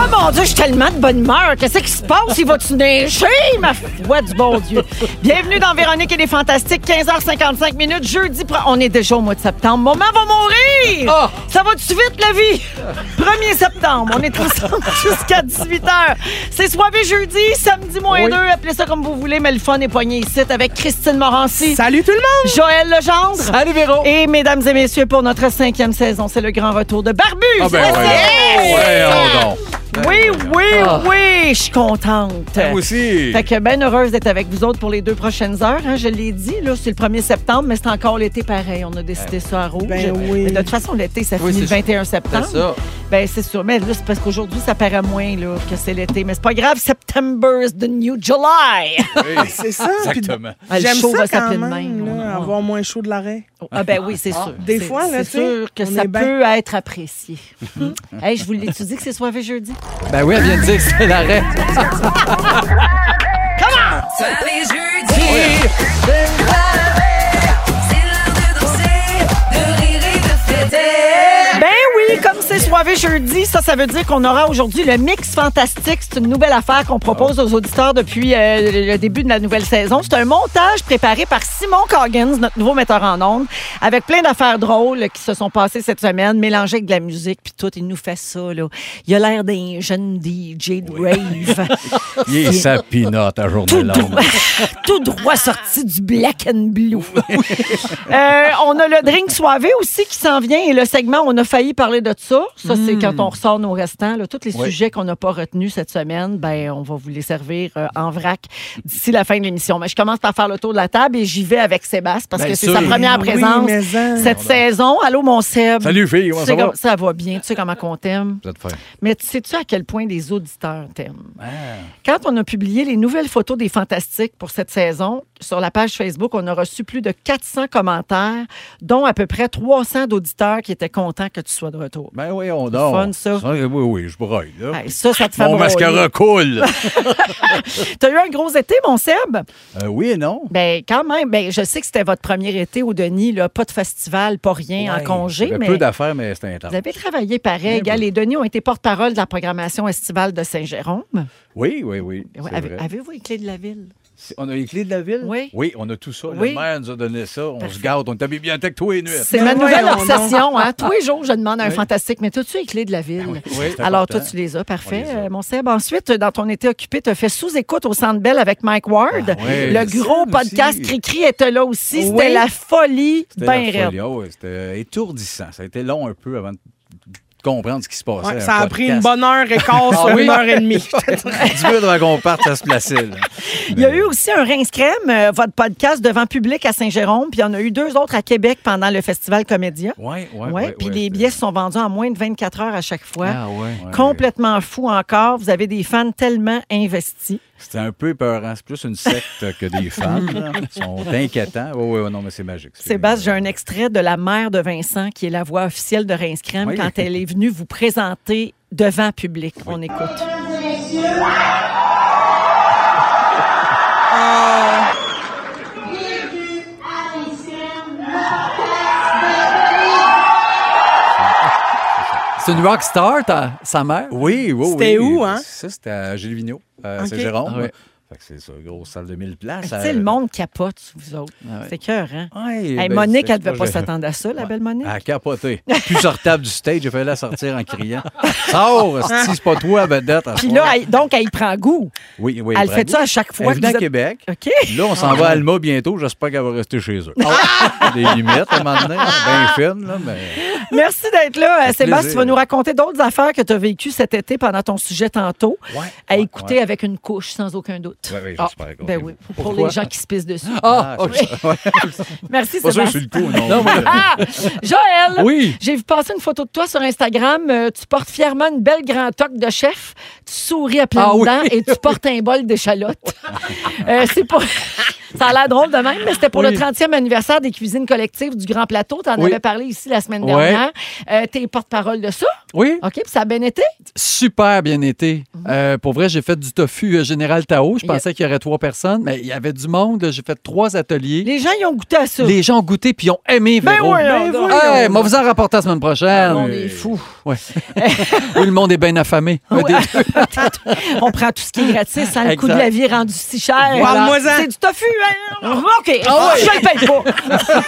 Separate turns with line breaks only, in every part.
Oh mon Dieu, je suis tellement de bonne humeur. Qu'est-ce qui se passe? Il va-tu neiger, ma foi du bon Dieu? Bienvenue dans Véronique et les Fantastiques, 15h55 minutes, jeudi. pro- On est déjà au mois de septembre. Maman va mourir! Ça va-tu vite, la vie? 1er septembre, on est ensemble jusqu'à 18h. C'est soirée jeudi, samedi moins 2, appelez ça comme vous voulez, mais le fun est poigné ici avec Christine Morancy.
Salut tout le monde!
Joël Legendre.
Salut Véro!
Et mesdames et messieurs, pour notre cinquième saison, c'est le grand retour de Barbu.
Ah ben
Sébastien.
ouais. Ouais, on donc.
Oui, oui, oui, je suis contente.
Moi aussi.
Fait que bien heureuse d'être avec vous autres pour les deux prochaines heures. hein. Je l'ai dit, là, c'est le 1er septembre, mais c'est encore l'été pareil. On a décidé ça à rouge.
Ben oui.
Mais de toute façon, l'été, ça
Oui,
finit le
c'est
21 septembre.
C'est ça.
Ben c'est sûr. Mais là, c'est parce qu'aujourd'hui, ça paraît moins là, que c'est l'été. Mais c'est pas grave, September is the new July.
C'est ça. puis-
Exactement.
Ah, le
J'aime
show
ça
va
quand
s'appeler de
même,
même.
là,
On-
avoir moins chaud de l'arrêt.
Ah ben oui, c'est sûr.
Des
C'est-
fois, là,
c'est
tu sais,
sûr que
on
ça
est ben-
peut être apprécié. hey, je vous l'étudie que c'est soirée jeudi.
Ben oui, elle vient de dire que c'est l'arrêt.
Soirée jeudi. C'est l'heure de danser, de rire et de fêter.
Ben oui, comme c'est soirée jeudi, ça, ça veut dire qu'on aura aujourd'hui le mix fantastique. C'est une nouvelle affaire qu'on propose aux auditeurs depuis euh, le début de la nouvelle saison. C'est un montage préparé par Simon Coggins, notre nouveau metteur en ondes, avec plein d'affaires drôles qui se sont passées cette semaine, mélangées avec de la musique, puis tout. Il nous fait ça, là. Il a l'air d'un jeune DJ de rave.
Il est sa pinote à journée
tout
longue.
droit, tout droit sorti du black and blue. Euh, on a le drink soivé aussi qui s'en vient et le segment on a failli parler de ça. Ça c'est quand on ressort nos restants. là. tous les sujets qu'on n'a pas retenus cette semaine, ben on va vous les servir euh, en vrac d'ici la fin de l'émission. Mais je commence par faire le tour de la table et j'y vais avec Sébastien parce
Bien
que c'est
sûr.
sa première
Oui,
présence
mais en-
cette saison. Allô mon Seb.
Salut, fille,
Tu
comment
sais
ça va?
comme- ça va bien, tu sais comment on t'aime.
Vous êtes fin.
Mais tu sais-tu à quel point les auditeurs t'aiment?
Ah.
Quand on a publié les nouvelles photos des Fantastiques pour cette saison, sur la page Facebook, on a reçu plus de 400 commentaires, dont à peu près 300 d'auditeurs qui étaient contents que tu sois de retour.
Ben oui, on dort.
fun, ça.
Oui, oui, je broille. Là.
Hey, ça, ça te fait
Mon
broyer.
mascara coule.
T'as eu un gros été, mon Seb?
Euh, oui et non?
Ben, quand même. Ben, je sais que c'était votre premier été au Denis, là. Pas de festival, pas rien, en congé,
J'avais
mais...
Peu Eh d'affaires, mais c'était intense.
Vous avez travaillé pareil.
Bien
Gars,
peu.
les Denis ont été porte-parole de la programmation estivale de Saint-Jérôme.
Oui, oui, oui. c'est
Ouais,
vrai.
avez- Avez-vous les clés de la ville?
C'est- On a les clés de la ville?
Oui.
Oui, on a tout ça.
Oui.
Le maire nous a donné ça. On
Parfait.
se garde. On est à la bibliothèque tous les nuits.
C'est ma
Ben
nouvelle
voyons donc.
obsession. Hein? Tous les jours, je demande à un fantastique, mais as-tu les clés de la ville?
Ben oui, c'est
Alors, toi,
important.
tu les as. Parfait,
On les a.
euh, mon Seb. Ensuite, dans ton été occupé, tu as fait sous-écoute au Centre Bell avec Mike Ward.
Ah ouais,
le
le
gros
Seb
podcast
aussi.
Cricri était là aussi. C'était
Oui.
la folie,
C'était
ben
la
raide.
folie. Ah ouais, C'était étourdissant. Ça a été long un peu avant de comprendre ce qui se passait.
Ouais,
Un
ça a pris une
podcast.
bonne heure et quart sur
Ah oui?
une heure et demie.
dur avant qu'on parte, ça se plaçait. là.
Il y a
Mais-
eu aussi un rince crème, euh, votre podcast devant public à Saint-Jérôme, puis il y en a eu deux autres à Québec pendant le Festival Comédia.
Ouais, ouais,
Ouais,
ouais,
puis
ouais,
les
c'est-
billets sont vendus en moins de 24 heures à chaque fois.
Ah ouais.
ouais.
Complètement fou encore. Vous avez des fans tellement investis.
C'était un peu épeurant. C'est plus une secte que des femmes. là. Ils sont inquiétants. Oui, oui, non, mais c'est magique. C'est-
Sébastien, j'ai un extrait de la mère de Vincent, qui est la voix officielle de Reims Crème,
Oui.
quand elle est venue vous présenter devant public. On écoute.
C'est une rock star, ta, sa mère?
Oui, oui, oui.
C'était où, hein?
Ça, c'était à Gilles Vigneault, à
Ok.
Saint-Jérôme.
Ah ouais.
Fait que c'est ça, grosse salle de 1000 places.
Ah, Tu sais, le monde capote, sur vous autres.
Ah ouais.
C'est cœur, hein?
Ouais,
Hey,
ben,
Monique,
c'est-
elle devait
moi,
pas
je- Ah,
s'attendre à ça, la belle Monique.
À capoter. Plus sortable du stage, j'ai failli la sortir en criant. Sors, si c'est pas toi, vedette. à
Ah. Puis
soir.
là, elle- donc, elle y prend goût.
oui, oui,
elle
bravo.
fait ça à chaque
Elle est
fois que
venue
vous
à
êtes...
Québec.
OK. Ah
Là, on s'en va à Alma bientôt. J'espère qu'elle va rester chez eux. Des limites, à un moment donné. là, Bien fine, là, mais...
Merci d'être là. Euh,
fait
Sébastien,
plaisir.
tu vas nous raconter d'autres affaires que tu as vécues cet été pendant ton sujet tantôt.
Ouais,
À
ouais,
écouter
ouais.
avec une couche, sans aucun doute.
Ouais, ouais,
Ah,
j'espère qu'on-
ben oui, pour
Pourquoi?
les gens qui se pissent dessus.
Ah, OK.
Merci,
Pas sûr que c'est
Sébastien.
le coup, non.
Ah! Joël!
Oui.
J'ai vu passer une photo de toi sur Instagram. Euh, tu portes fièrement une belle grande toque de chef. Tu souris à pleines
Ah oui.
dents et tu portes un bol d'échalote. Euh, c'est pour... Ça a l'air drôle de même, mais c'était pour
Oui.
le 30e anniversaire des cuisines collectives du Grand Plateau. Tu en
Oui.
avais parlé ici la semaine
Ouais.
dernière. Euh, T'es porte-parole de ça.
Oui,
OK, puis ça a bien été.
super bien été.
Mhm.
Euh, pour vrai, j'ai fait du tofu euh, Général Tao. Je pensais qu'il y aurait trois personnes, mais il y avait du monde. J'ai fait trois ateliers.
Les gens, ils ont goûté à ça.
Les, gens ont goûté puis ils ont aimé
Ben
Véro.
oui,
Ben
on-
voyons
Hey,
donc.
moi, vous en rapporter la semaine prochaine.
on
Oui.
est fous.
Ouais. Oui, le monde est bien affamé. Un des-
On prend tout ce qui est gratis, sans le coût de
Exact. Ah
la vie rendu si cher.
Parle-moi-en.
C'est du tofu. hein? OK, je le paye pas.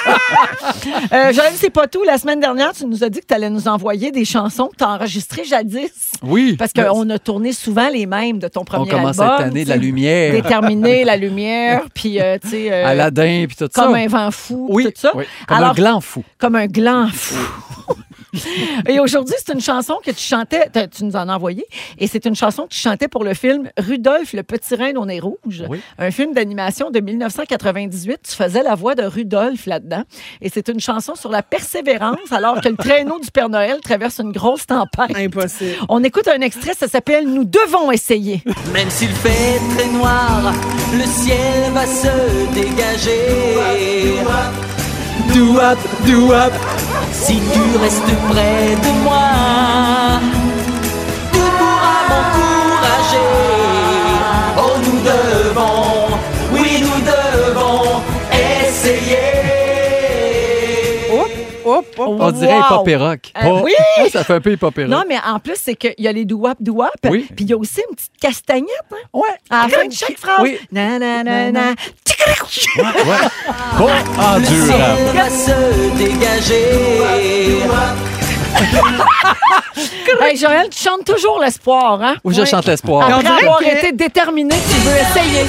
euh, Joël, c'est pas tout. La semaine dernière, tu nous as dit que tu allais nous envoyer des chansons que tu as enregistrées jadis.
Oui.
Parce qu'on a tourné souvent les mêmes de ton
Ben, On
premier album.
commence cette année de la
tu sais,
lumière.
Déterminé, la lumière, puis euh, tu sais, euh,
Aladdin puis tout ça.
comme un vent fou,
oui,
tout ça.
oui, comme
Alors-
un gland fou.
Comme un gland fou. Et aujourd'hui, c'est une chanson que tu chantais, t'as- tu nous en as envoyé, et c'est une chanson que tu chantais pour le film Rudolph, le petit rein on est rouge,
Oui.
un film d'animation de 1998. Tu faisais la voix de Rudolph là-dedans, et c'est une chanson sur la persévérance alors que le traîneau du Père Noël traverse une grosse tempête.
Impossible.
On écoute un extrait, ça s'appelle Nous devons essayer.
Même s'il fait très noir, le ciel va se dégager. Do up, do up. Si tu restes près de moi, tu pourras m'encourager. Oh, nous devons, oui, nous devons essayer.
Hop, hop.
On dirait
Wow!
hip-hop et rock.
Euh,
Pas-
oui!
Ça fait un peu hip-hop et rock.
Non, mais en plus, c'est qu'il y a les douap douap,
Oui.
puis il y a aussi une petite castagnette hein,
Ouais.
à la fin de chaque phrase.
Oui.
Na, na, na, na.
Ouais, ouais. Pas endurable.
Elle va se dégager.
Hey, Joël, tu chantes toujours l'espoir, hein?
Ou je chante l'espoir.
Après
On dirait
avoir
que-
été déterminé, tu veux essayer.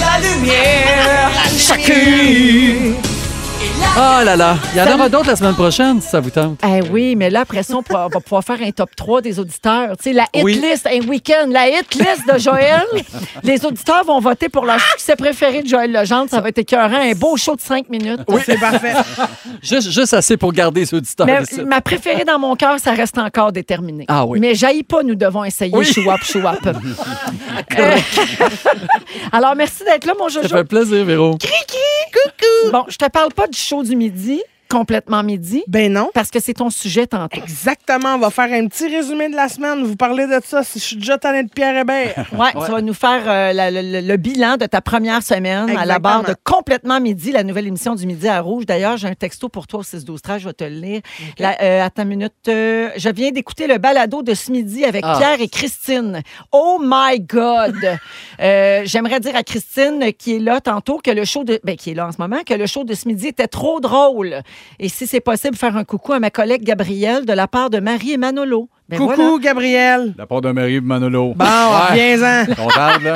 La lumière,
Ah là là, il y en aura d'autres la semaine prochaine si ça vous tente.
Eh oui, mais là, après ça, on pourra- on va pouvoir faire un top 3 des auditeurs. Tu sais, la hit
Oui.
list, un week-end, la hit list de Joël. Les auditeurs vont voter pour leur succès préféré de Joël Legendre. Ça va être écœurant, un beau show de 5 minutes.
C'est parfait.
Juste, juste assez pour garder les auditeurs.
Mais
ici.
ma préférée dans mon cœur, ça reste encore déterminé.
Ah oui.
Mais jaillit pas, nous devons essayer.
Oui.
Chouap, chouap. Euh, Alors, merci d'être là, mon
Ça
Jojo.
fait plaisir, Véro.
Bon, je te parle pas du show du midi, complètement midi,
Ben non.
parce que c'est ton sujet tantôt.
Exactement. On va faire un petit résumé de la semaine. Vous parlez de ça si je suis déjà tanné de Pierre Hébert.
Ouais, Tu vas nous faire euh, la- le- le, le bilan de ta première semaine à la
Exactement.
barre de Complètement Midi, la nouvelle émission du Midi à Rouge. D'ailleurs, j'ai un texto pour toi au 6 12 13 je vais te le lire. La- euh, attends une minute. euh, je viens d'écouter le balado de ce midi avec
Ah.
Pierre et Christine. Oh my God! Euh, J'aimerais dire à Christine, qui est là tantôt, que le show de... Ben, qui est là en ce moment, que le show de ce midi était trop drôle. Et si c'est possible, faire un coucou à ma collègue Gabrielle de la part de Marie et Manolo. Ben
Coucou,
voilà.
Gabriel.
La part de Marie Manolo.
Bon, reviens-en.
Contente, là?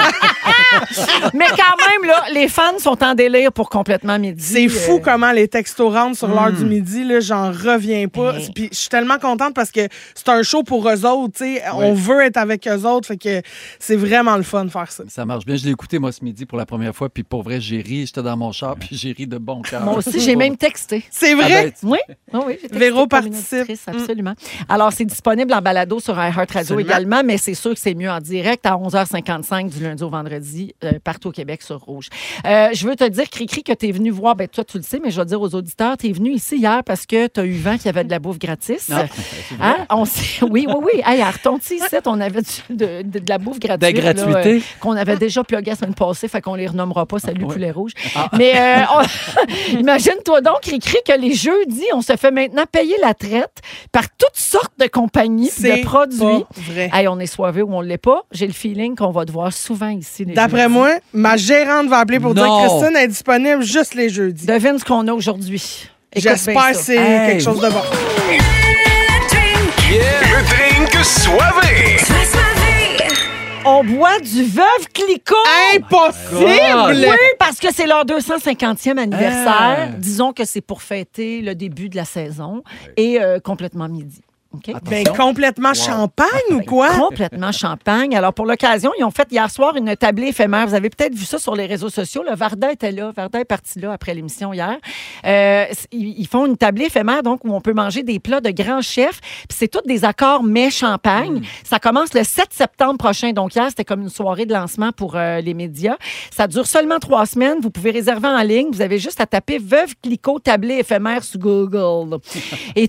Mais quand même, là, les fans sont en délire pour complètement midi.
C'est
Euh,
fou comment les textos rentrent sur l'heure du midi. Là, j'en reviens pas.
Ben.
Puis je suis tellement contente parce que c'est un show pour eux autres. tu sais. On veut être avec eux autres. Fait que c'est vraiment le fun de faire ça.
Ça marche bien. Je l'ai écouté, moi, ce midi pour la première fois. Puis pour vrai, j'ai ri. J'étais dans mon char, puis j'ai ri de bon cœur.
Moi aussi, j'ai même texté.
C'est
Ah
vrai.
ben,
Oui, oui, oui. j'ai texté
Ah. Véro
comme une
participe. Mm.
auditrice, Absolument. Alors, c'est disponible en balado sur iHeartRadio
Absolument.
également, mais c'est sûr que c'est mieux en direct à 11h55 du lundi au vendredi samedi euh, partout au Québec sur Rouge. Euh, je veux te dire, Cricri, que tu es venu voir, ben toi, tu le sais, mais je vais le dire aux auditeurs, tu es venu ici hier parce que tu as eu vent qu'il y avait de la bouffe gratis.
Ah,
Hein? On s'est- oui, oui, oui. Hey, à Retonti, ici, on avait du- de, de- de la bouffe gratuite.
Des
là,
gratuités.
euh, qu'on avait déjà plugué la semaine passée, fait qu'on les renommera pas. Salut,
Ah,
Ouais.
poulet rouge. Mais euh, on- imagine-toi donc, Cricri, que les jeudis, on se fait maintenant payer la traite par toutes sortes de compagnies puis
C'est
de produits.
pas vrai.
Hey, on est soivé ou on l'est pas. J'ai le feeling qu'on va te voir souvent ici. les
D'après
jeudis.
moi, ma gérante va appeler pour dire
Non.
que Christine est disponible juste les jeudis.
Devine ce qu'on a aujourd'hui. Écoute bien
J'espère que
ça.
c'est
Hey.
quelque chose de bon.
Le drink soivé.
On boit du veuve Clicquot.
Impossible!
Oui, parce que c'est leur 250e anniversaire.
Ah.
Disons que c'est pour fêter le début de la saison et euh, complètement midi. OK?
Ben, complètement champagne ou quoi?
Complètement champagne. Alors, pour l'occasion, ils ont fait hier soir une tablée éphémère. Vous avez peut-être vu ça sur les réseaux sociaux. Le Varda était là. Varda est parti là après l'émission hier. Euh, c- ils ils font une tablée éphémère, donc, où on peut manger des plats de grands chefs. Puis c'est tous des accords mai-champagne. Ça commence le 7 septembre prochain. Donc, hier, c'était comme une soirée de lancement pour euh, les médias. Ça dure seulement trois semaines. Vous pouvez réserver en ligne. Vous avez juste à taper Veuve Clicquot tablée éphémère sur Google. Et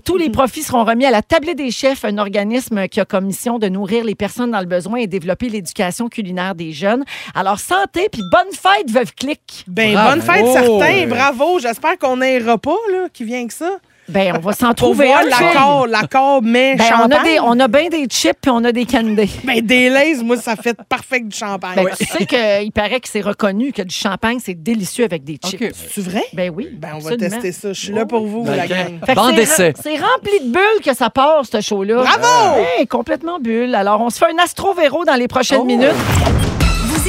tous les profits seront remis à la Tablée des chefs, un organisme qui a comme mission de nourrir les personnes dans le besoin et développer l'éducation culinaire des jeunes. Alors, santé, puis bonne fête, Veuve Clic.
Ben,
Bravo.
bonne fête,
Oh,
certain.
ouais.
Bravo. J'espère qu'on a un repas là, qui vient avec ça.
Ben, on va s'en
Pour
trouver
voir
un. fille.
l'accord, l'accord, mais
Ben, on,
champagne.
a des, on a bien des chips puis on a des candies.
Ben, des lays, moi, ça fait parfait que du champagne.
Ben, Tu sais qu'il paraît que c'est reconnu que du champagne, c'est délicieux avec des chips.
OK.
C'est vrai?
Ben oui.
Ben, on va
absolument. Oh.
tester ça. Je suis là pour vous,
Ben,
la
ok.
gang.
Fait que
Dans
c'est
d'essai.
rem- C'est rempli de bulles que ça part, ce show-là.
Bravo!
Hey, complètement bulle. Alors, on se fait un astro-véro dans les prochaines minutes.
Vous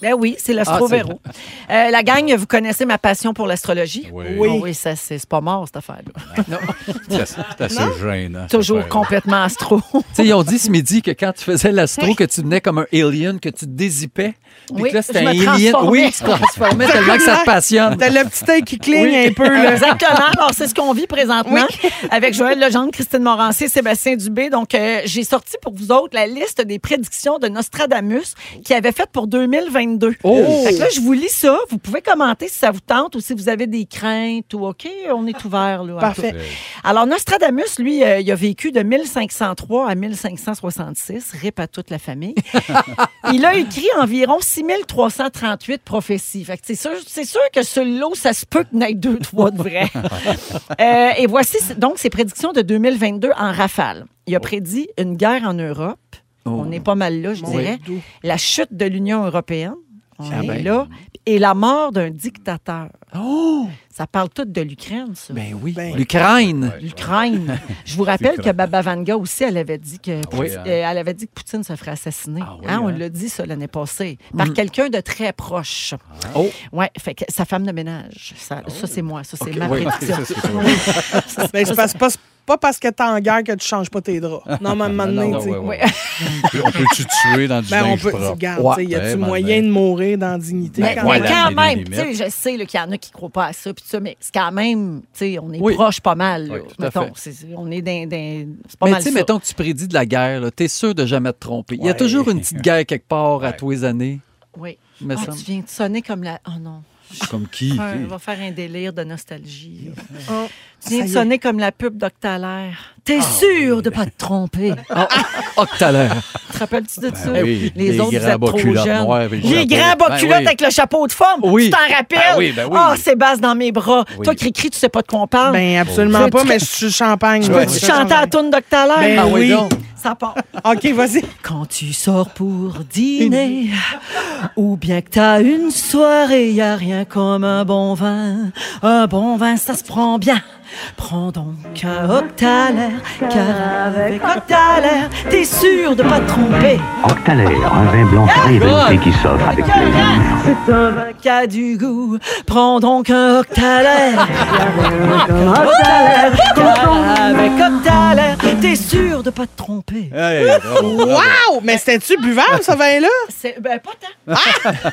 Ben oui, c'est l'astro-véro. Euh, la gang, vous connaissez ma passion pour l'astrologie?
Oui.
Ah oui, ça, c'est c'est pas mort, cette affaire-là.
C'est assez- c'est assez gênant.
Toujours
cette affaire-là.
complètement astro.
Tu sais, ils ont dit ce midi que quand tu faisais l'astro, que tu venais comme un alien, que tu te dézippais. Puis
Oui,
que là, c'était
je
un
me
alien.
transformais.
Oui, tu te transformais tellement que ça te passionne.
T'as le petit œil qui cligne un peu, là.
Exactement. Alors, c'est ce qu'on vit présentement avec Joël Legendre, Christine Morancé, Sébastien Dubé. Donc, euh, j'ai sorti pour vous autres la liste des prédictions de Nostradamus qui avait faite pour 2022.
Oh!
Fait que là, je vous lis ça. Vous pouvez commenter si ça vous tente ou si vous avez des craintes ou OK, on est ouvert. Là, à
Parfait.
Alors, Nostradamus, lui, euh, il a vécu de 1503 à 1566, rip à toute la famille. il a écrit environ 6338 prophéties. Fait que c'est sûr, c'est sûr que sur l'eau, ça se peut que n'aille deux, trois de vrai. et voici c- donc ses prédictions de 2022 en rafale. Il
Oh.
a prédit une guerre en Europe. On est pas mal là, je dirais. La chute de l'Union européenne. On
Ah
est
ben.
là. Et la mort d'un dictateur.
Oh!
Ça parle tout de l'Ukraine, ça.
Ben oui.
Ben.
L'Ukraine.
L'Ukraine. Je vous rappelle
C'est
que Baba Vanga aussi, elle avait dit que, Poutine-
oui,
euh,
hein.
elle avait dit que Poutine se ferait assassiner.
Ah oui,
Hein, on
hein. Mm.
l'a dit ça l'année passée par quelqu'un de très proche.
Oh.
Ouais, fait que sa femme de ménage. Ça, ça, c'est moi. Ça c'est ma
oui.
prédiction.
C'est ça, c'est ça.
Ben, c'est parce- pas, pas parce que t'es en guerre que tu changes pas tes draps. Ah Non, mais à un moment donné,
Non,
tu sais.
ouais, ouais, ouais. On peut-tu tuer dans du
Ben, on
linge
peut.
propre?
Regarde, tu sais,
Ouais.
y
Ouais,
a-tu
ben,
moyen
ben.
de mourir dans la dignité
Mais,
quand
mais
même?
voilà, il y
quand
a des
même, tu
limites.
sais, je sais là, qu'il y en a qui ne croient pas à ça, puis tout ça, mais c'est quand même, tu sais, on est
Oui.
proche pas mal. là.
Oui, tout à
Mettons,
fait.
c'est- c'est- on est d'un, d'un- c'est pas
Mais
mal
tu sais,
ça.
mettons que tu prédis de la guerre, là, t'es sûr de jamais te tromper. Il y a
Ouais.
toujours une petite guerre quelque part à tous les années,
Oui.
me
Ah,
semble.
tu viens de sonner comme la. Oh non.
Comme qui?
Ouais, on va faire un délire de nostalgie. là.
Oh,
Tu viens
ça
de
y est.
sonner comme la pub d'Octalaire.
Ah,
T'es sûr de pas te tromper?
Ah, oh, que t'as l'air.
Te rappelles-tu de ça?
Ben oui,
Les,
les
autres, vous
grands
êtes
bas
trop
culottes
jeunes.
noires avec le
les
chapeau.
grands bas
Ben
culottes
oui.
avec le chapeau de forme. Tu
Oui.
t'en rappelles?
Ben oui, ben oui.
Ah, Sébastien dans mes bras.
Oui.
Toi, Cricri, tu sais pas de quoi on parle.
Ben, absolument
Veux-tu
pas,
que-
mais je suis champagne.
tu
moi,
peux-tu
je suis
chanter à la
champagne.
toune d'Octalaire?
Ben
Ah oui,
oui.
donc.
Ça part.
OK, vas-y.
Quand tu sors pour dîner, ou bien que t'as une soirée, y a rien comme un bon vin. Un bon vin, ça se prend bien. Prends donc un octalaire, car avec octalaire, t'es sûr de pas te tromper.
Octaler, un vin blanc révélé qui s'offre avec plaisir.
C'est un vin qui a du goût. Prends donc un octalaire. Octalaire, car avec octalaire, t'es sûr de pas te tromper.
Euh.
Wow! Mais c'était-tu buvable, ce vin-là?
C'est ben, pas tant.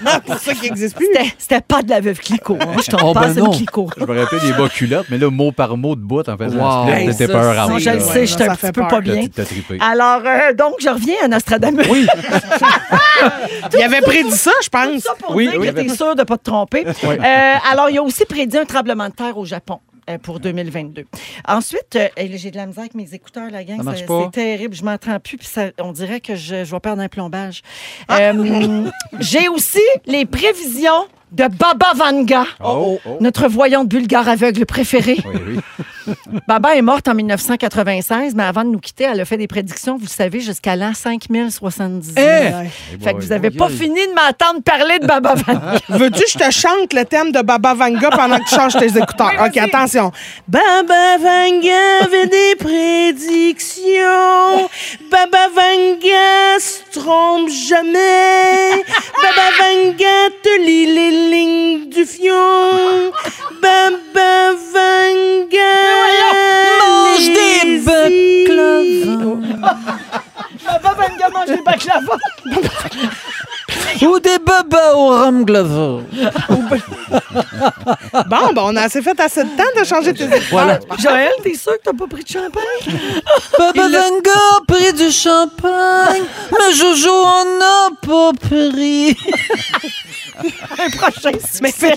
Ah! pour ça qu'il n'existe plus.
C'était- C'était pas de la veuve Clicquot. hein. Je t'en
Oh, ben
passe une
non.
Clicquot.
Je me rappelle des bas culottes, mais là, mot par mot de bout, en fait,
Wow.
la
Hey,
split, t'étais
ça,
peur à
Non, je le sais, j'étais
ça
un petit
fait
peu
peur.
pas
Là,
bien.
tu Ah t'as trippé.
Alors, euh, donc, je reviens à Nostradamus. Oui.
Il avait prédit ça, je pense.
ça pour
Oui,
dire
oui.
que t'es sûr de pas te tromper. Euh, alors, il a aussi prédit un tremblement de terre au Japon. euh, Pour 2022. Ensuite, euh, et là, j'ai de la misère avec mes écouteurs, la gang.
Ça marche
c'est-
pas.
C'est terrible. Je m'entends plus, puis ça- on dirait que je, je vais perdre un plombage. Euh, j'ai aussi les prévisions de Baba Vanga,
Oh, oh.
notre voyante bulgare aveugle préférée.
Oui, oui.
Baba est morte en 1996, mais avant de nous quitter, elle a fait des prédictions, vous le savez, jusqu'à l'an 5070.
Hein? eh!
Fait que vous n'avez pas fini de m'entendre parler de Baba Vanga.
Veux-tu que je te chante le thème de Baba Vanga pendant que tu changes tes écouteurs? OK, attention. Baba Vanga avait des prédictions. Baba Vanga se trompe jamais. Baba Vanga te lit les lignes du fion. Baba Vanga
mange des
bœufs
Baba Vanga mange des baklava.
Ou des babas au rhum glacé.
Bon, ben, on a assez fait assez de temps de changer tes écouteurs.
Voilà.
Joël, t'es sûr que t'as pas pris de champagne?
Baba Vanga a pris du champagne, mais Jojo en a pas pris.
Un prochain succès